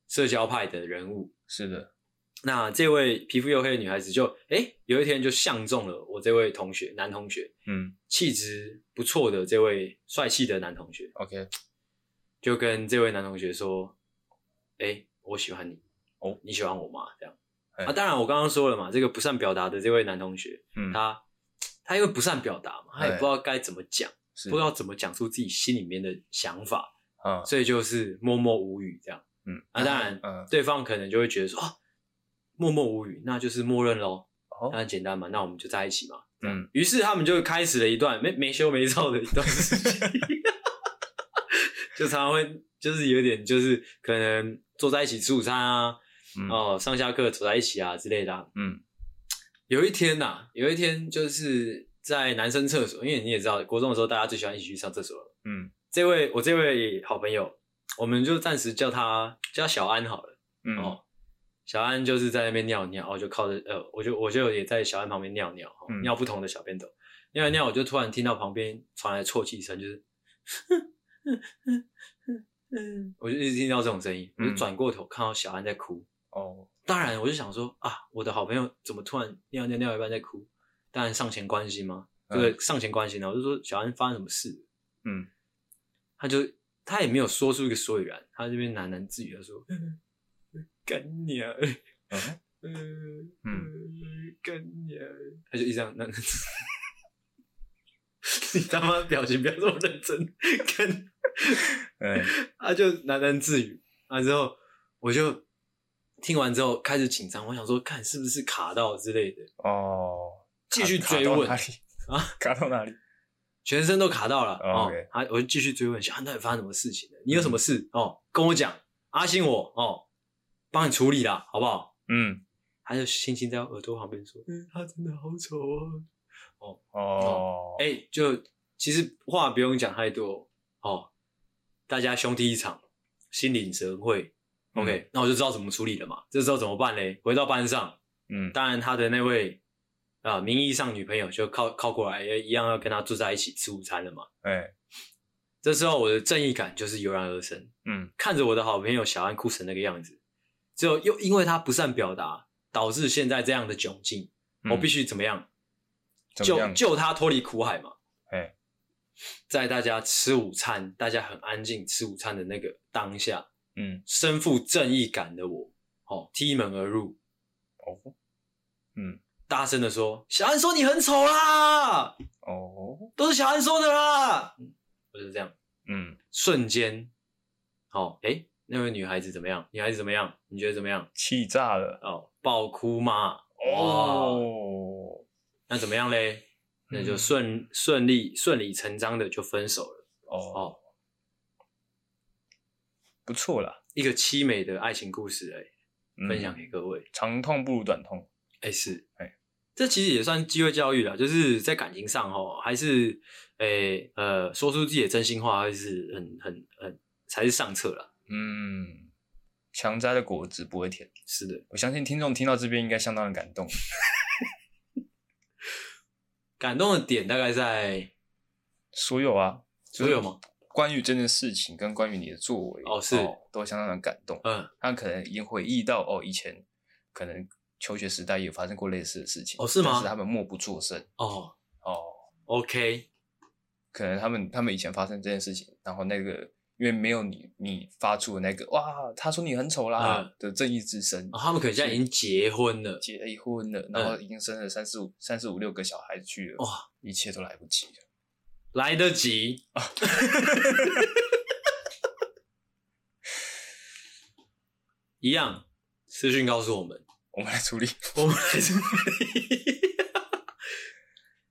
社交派的人物。
是的，
那这位皮肤黝黑的女孩子就哎、诶有一天就相中了我这位同学，男同学，
嗯
气质不错的这位帅气的男同学，
，OK，
就跟这位男同学说：“哎、我喜欢你。”
哦，
你喜欢我吗？这样
哎
啊，当然我刚刚说了嘛，这个不善表达的这位男同学，
嗯，
他他因为不善表达嘛，他也
哎
不知道该怎么讲，
是
不知道怎么讲出自己心里面的想法，
啊，
所以就是默默无语这样。
嗯，
啊，当然，
嗯，
对方可能就会觉得说，哦，默默无语，那就是默认喽，那
哦，
很简单嘛，那我们就在一起嘛。
嗯，
于是他们就开始了一段没没羞没臊的一段事情， 就常常会就是有点就是可能坐在一起吃午餐啊，
嗯
哦，上下课走在一起啊之类的啊、
嗯，
有一天呐、有一天就是在男生厕所，因为你也知道，国中的时候大家最喜欢一起去上厕所了。
嗯
这位我这位好朋友，我们就暂时叫他叫他小安好了。
嗯，
哦，小安就是在那边尿尿，哦，就靠着呃，我就我就也在小安旁边尿尿，哦
嗯
尿不同的小便斗，尿一尿，我就突然听到旁边传来啜泣声，就是，我就一直听到这种声音，我就
嗯
转过头看到小安在哭，
哦，
当然我就想说啊，我的好朋友怎么突然尿尿尿一半在哭？当然上前关心嘛，这
嗯
个上前关心啊，我就说小安发生什么事了？
嗯，
他就他也没有说出一个所以然，他这边喃喃自语的说：“ 干啊娘，
嗯哼
嗯
嗯，
嗯，干娘。”他就一直这样喃喃。你他妈表情不要这么认真，干
哎，
他就喃喃自语。啊，之后我就听完之后开始紧张，我想说看是不是卡到之类的，
哦，
继续
卡卡
追
到
问
哪里
啊？
卡到哪里？
全身都卡到了。
哦
哦
OK，嗯
他我就继续追问，想到底发生什么事情了？你有什么事？哦，跟我讲，阿信我哦，帮你处理啦，好不好？
嗯，
他就轻轻在我耳朵旁边说：“嗯，他真的好丑哦。
哦，
哎、就其实话不用讲太多哦，大家兄弟一场心领神会。
嗯
OK，、那我就知道怎么处理了嘛。这时候怎么办嘞？回到班上，
嗯，
当然他的那位啊、名义上女朋友就靠靠过来，也一样要跟他住在一起吃午餐了嘛。
哎，
这时候我的正义感就是油然而生，
嗯
看着我的好朋友小安哭成那个样子，只有又因为他不善表达，导致现在这样的窘境。
嗯
我必须怎么样？
怎么
救
样？
救他脱离苦海嘛。
哎，
在大家吃午餐，大家很安静吃午餐的那个当下，
嗯，
身负正义感的我，哦，踢门而入，
哦，嗯，
大声的说：“小安说你很丑啦，
哦，
都是小安说的啦。”我就这样，
嗯，
瞬间，哦，诶，那位女孩子怎么样？女孩子怎么样？你觉得怎么样？
气炸了。
哦，爆哭嘛。哇，
哦，
那怎么样嘞？那就
嗯
顺顺利顺理成章的就分手了。
哦
哦，
不错啦，
一个凄美的爱情故事、诶，
嗯
分享给各位。
长痛不如短痛。
哎、是，
哎
这其实也算机会教育啦，就是在感情上哦，还是，哎、呃，说出自己的真心话，还是很很很才是上策啦。
嗯，强摘的果子不会甜。
是的，
我相信听众听到这边应该相当的感动。
感动的点大概在
所有啊，
所有吗？
关于这件事情跟关于你的作为
哦是
都相当的感动。
嗯，
他可能也回忆到哦，以前可能求学时代也发生过类似的事情
哦是吗
但是他们默不作声
哦
哦，
，OK，
可能他们他们以前发生这件事情，然后那个因为没有你你发出的那个哇，他说你很丑啦、
嗯
的正义之声，
哦他们可能现在已经结婚了，
结婚了，然后已经生了三四五三四五六个小孩去了，
哇，
一切都来不及了。
来得及， 一样。私讯告诉我们，
我们来处理，
我们还是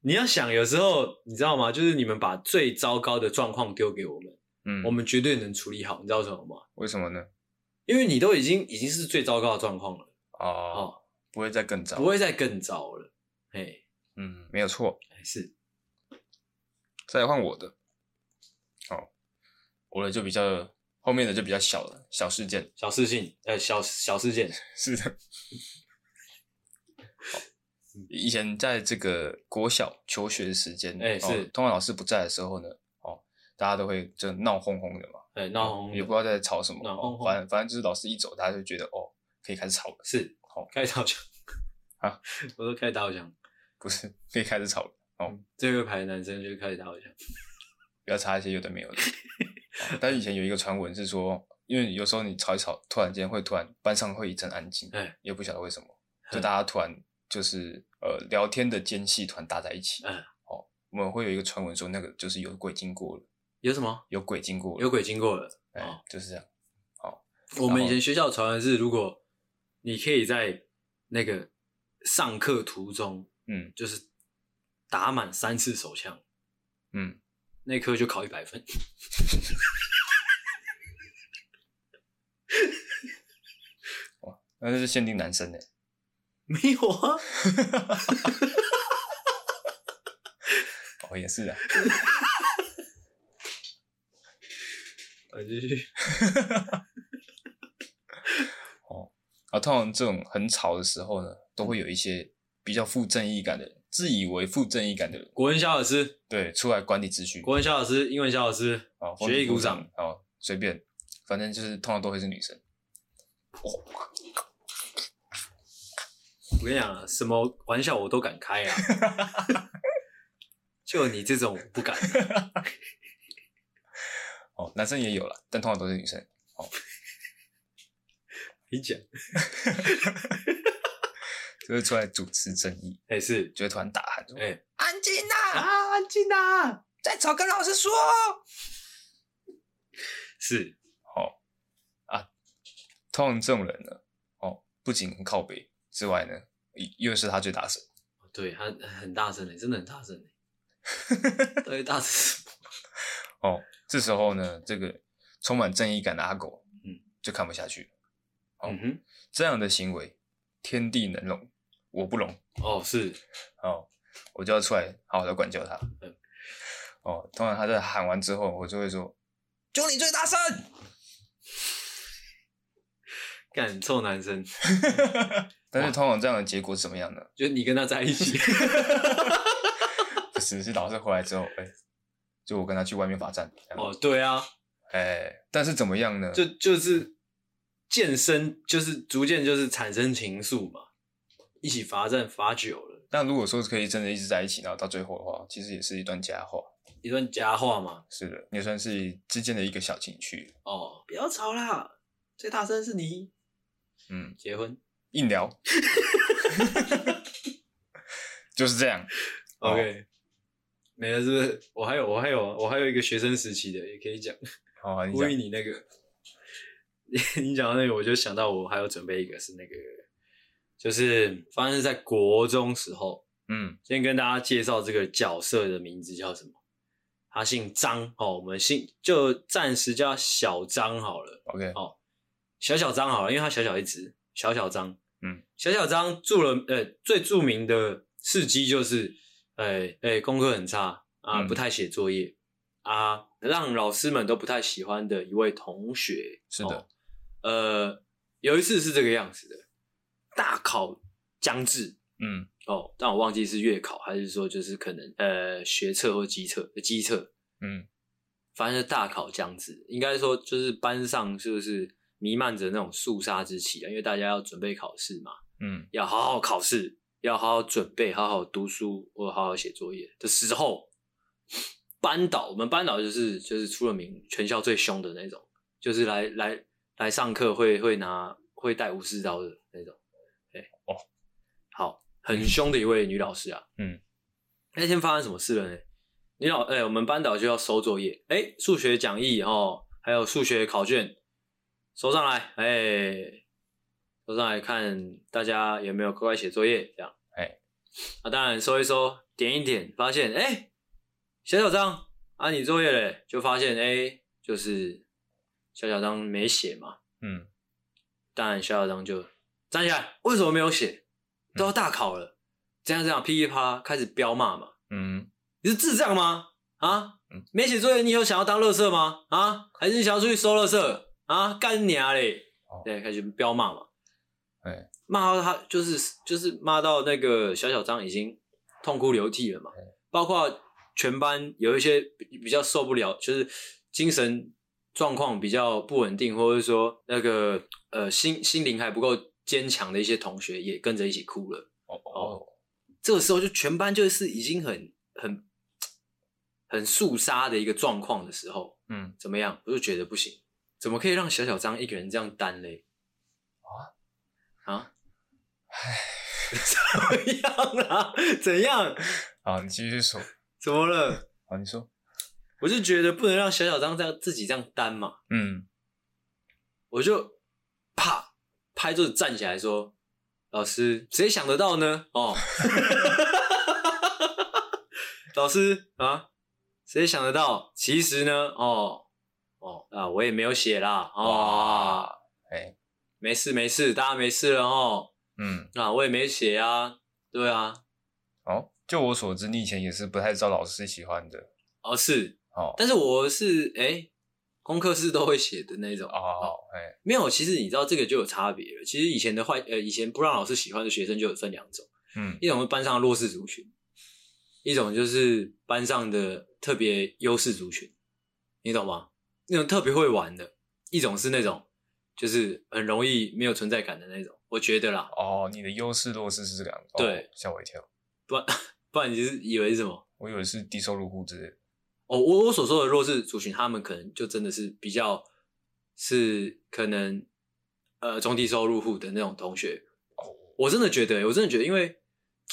你要想，有时候你知道吗？就是你们把最糟糕的状况丢给我们，
嗯，
我们绝对能处理好。你知道为什么吗？
为什么呢？
因为你都已经已经是最糟糕的状况了，
哦，
哦，
不会再更糟，
不会再更糟了。哎，
嗯，没有错。
还是
再来换我的，好，我的就比较后面的就比较小了，小事件，
小事情，呃，小小事件，
是的。好
嗯
以前在这个国小求学时间，
哎
哦
是
通常老师不在的时候呢，哦，大家都会就闹哄哄的嘛，
哎，闹哄哄
也
的
不知道在吵什么，
闹
哦
哄哄
反正反正就是老师一走，大家就觉得哦，可以开始吵了，哦
是
好
开始打火枪
啊！
我说开始打火枪，
不是可以开始吵了，
最后一排的男生就开始打火枪。
不要插一些有的没有的。哦但以前有一个传闻是说，因为有时候你吵一吵，突然间会突然班上会一阵安静，
哎
也不晓得为什么，
嗯
就大家突然就是呃聊天的间隙突然搭在一起。
嗯
哦，我们会有一个传闻说那个就是有鬼经过了，
有什么？
有鬼经过了，
有鬼经过了。
哎、
哦
就是这样。
我们以前学校传闻是，如果你可以在那个上课途中，
嗯
就是打满三次手枪，
嗯，
那科就考一百分。
那就是限定男生的。
没有啊，
哦，也是啊。
我呃继续。
啊，通常这种很吵的时候呢，都
嗯
会有一些比较负正义感的人，自以为负正义感的人，
国文小老师，
对，出来管理秩序。
国文小老师，英文小老师，
啊，风
学艺
纪
鼓掌。，
哦，随便，反正就是通常都会是女生。
我跟你讲啊，什么玩笑我都敢开 啊，就你这种我不 敢。
哦，男生也有了，但通常都是女生。
你讲，
就是出来主持正义，
哎、是，
就会突然大喊说：“
哎、
安静呐、
啊，安静啊，
再吵跟老师说。
是，”
哦，啊，通常这种人呢，哦，不仅很靠北之外呢，又又是他最大声。
哦对他很大声的，欸真的很大声的， 到底大声什么？
哦，这时候呢，这个充满正义感的阿狗，
嗯，
就看不下去了。哦
嗯哼，
这样的行为，天地能容，我不容。
哦，是，
哦，我就要出来好好的管教他
嗯。
哦，通常他在喊完之后，我就会说：“就你最大声。”
干臭男生，
但是通常这样的结果是怎么样呢？
就是你跟他在一起，
不是，是老师回来之后，哎、就我跟他去外面罚站，这样
哦，对啊，
哎、但是怎么样呢？
就就是健身，就是逐渐就是产生情愫嘛，一起罚站罚久了，
那如果说可以真的一直在一起，然后到最后的话，其实也是一段佳话。
一段佳话嘛。
是的，也算是之间的一个小情趣。
哦，不要吵啦，最大声是你。
嗯，
结婚
硬聊， 就是这样。哦
，OK，没了是不是？我还有我还有我还有一个学生时期的也可以讲，
好啊，你
呼
讲
吁你那个， 你讲到那个，我就想到我还有准备一个是那个，就是发生在国中时候。
嗯，
先跟大家介绍这个角色的名字叫什么？他姓张哦，我们姓就暂时叫小张好了，
OK，
哦小小张好了，因为他小小一只，小小张，
嗯，
小小张住了呃最著名的事迹就是，呃呃功课很差啊，
嗯
不太写作业、啊，让老师们都不太喜欢的一位同学，
是的
哦呃有一次是这个样子的，大考将至，
嗯
哦，但我忘记是月考还是说就是可能呃学测或机测，呃机测，
嗯，
反正是大考将至，应该说就是班上就是弥漫着那种肃杀之气啊，因为大家要准备考试嘛，
嗯，
要好好考试，要好好准备，好好读书或好好写作业的时候，班导我们班导就是就是出了名全校最凶的那种，就是来来来上课会会拿会带武士刀的那种，对，
哦，
好，很凶的一位女老师啊，
嗯，
那天发生什么事了呢？女老哎、我们班导就要收作业，哎、数学讲义哦，还有数学考卷收上来，哎、收上来看大家有没有乖乖写作业这样，
哎
啊，当然收一收，点一点，发现哎、小小张啊，你作业嘞，就发现哎、就是小小张没写嘛，
嗯，
当然小小张就站起来，为什么没有写？都要大考了，这样这样噼里啪啦开始彪骂嘛。
嗯，
你是智障吗？啊
嗯，
没写作业，你有想要当乐色吗？啊，还是你想要出去收乐色啊？干你啊嘞
哦！
对，开始彪骂嘛，
哎，
骂到他就是就是骂到那个小小张已经痛哭流涕了嘛，
哎
包括全班有一些比比较受不了，就是精神状况比较不稳定，或者说那个呃心心灵还不够坚强的一些同学也跟着一起哭了。
哦哦，
这个时候就全班就是已经很很很肃杀的一个状况的时候，
嗯，
怎么样？我就觉得不行，怎么可以让小小张一个人这样单嘞？啊啊！唉， 怎么样啦？ 怎样？
好，你继续说，
怎么了？
好，你说，
我就觉得不能让小小张这样自己这样单嘛，
嗯
我就啪拍桌子站起来说：“老师，谁想得到呢？ 哦，老师啊，谁想得到？其实呢，哦哦啊，我也没有写啦，哦
哇，哎，
没事没事，大家没事了哦，
嗯，
啊，我也没写啊，对啊，
哦，就我所知，你以前也是不太招老师喜欢的，
哦是，
哦，
但是我是哎、功课是都会写的那种
哦，哎，
没有，其实你知道这个就有差别了。其实以前的坏，呃，以前不让老师喜欢的学生就有分两种，
嗯
一种是班上的弱势族群，一种就是班上的特别优势族群，你懂吗？那种特别会玩的，一种是那种就是很容易没有存在感的那种。我觉得啦，
哦，你的优势弱势是这个样子，哦
对，
吓我一跳，
不然你是以为是什么？
我以为是低收入户之类的，
哦，我我所说的弱势族群，他们可能就真的是比较是可能呃中低收入户的那种同学。
哦
我真的觉得，我真的觉得，因为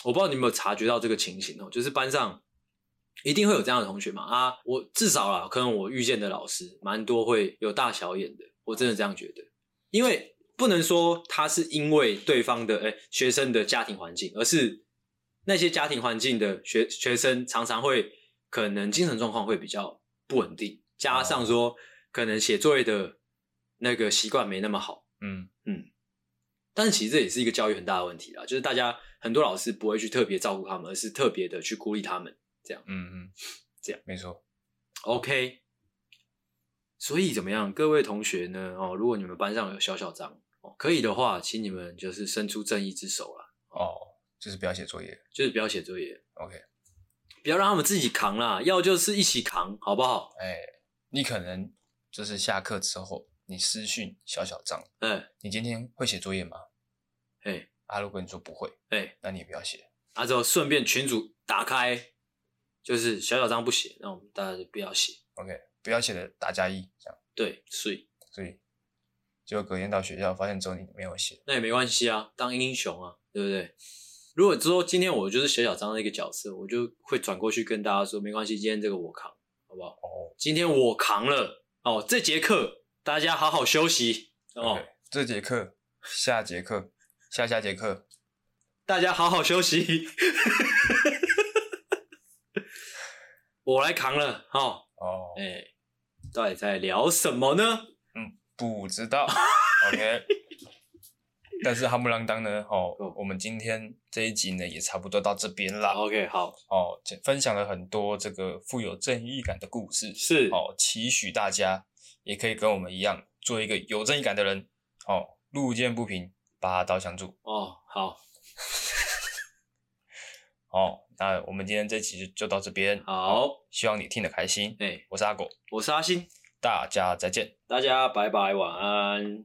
我不知道你有没有察觉到这个情形哦，就是班上一定会有这样的同学嘛啊，我至少啦，可能我遇见的老师蛮多会有大小眼的，我真的这样觉得，因为不能说他是因为对方的诶、哎学生的家庭环境，而是那些家庭环境的学学生常常会可能精神状况会比较不稳定，加上说可能写作业的那个习惯没那么好，
嗯
但是其实这也是一个教育很大的问题啦，就是大家很多老师不会去特别照顾他们，而是特别的去孤立他们。
嗯嗯，
这样
没错，
OK，所以怎么样，各位同学呢？哦，如果你们班上有小小张哦可以的话，请你们就是伸出正义之手啦，
哦，就是不要写作业。
就是不要写作业，
OK，
不要让他们自己扛啦，要就是一起扛，好不好？
哎，你可能就是下课之后，你私讯小小张，
哎
你今天会写作业吗？
哎
啊，如果你说不会，
哎，
那你也不要写。
啊之后顺便群主打开，就是小小张不写，那我们大家就不要写，
OK，不要写的打加一这样。
对，所以
所以，结果隔天到学校发现只有你没有写，
那也没关系啊，当英雄啊，对不对？如果之后今天我就是小小张的一个角色，我就会转过去跟大家说，没关系，今天这个我扛，好不好？
哦，
今天我扛了哦，这节课大家好好休息哦
OK，这节课、下节课、下下节课，
大家好好休息，我来扛了哦。
哦，
哎、到底在聊什么呢？
不知 道。OK，但是哈不啷当呢？哦
哦，
我们今天这一集呢也差不多到这边啦。
OK，好，
哦，这分享了很多这个富有正义感的故事。
是，
哦，期许大家也可以跟我们一样，做一个有正义感的人。哦，路见不平，拔刀相助。
哦，好，
哦，那我们今天这期就就到这边。
好
哦，希望你听得开心。
哎、
我是阿狗，
我是阿星，
大家再见。
大家拜拜，晚安。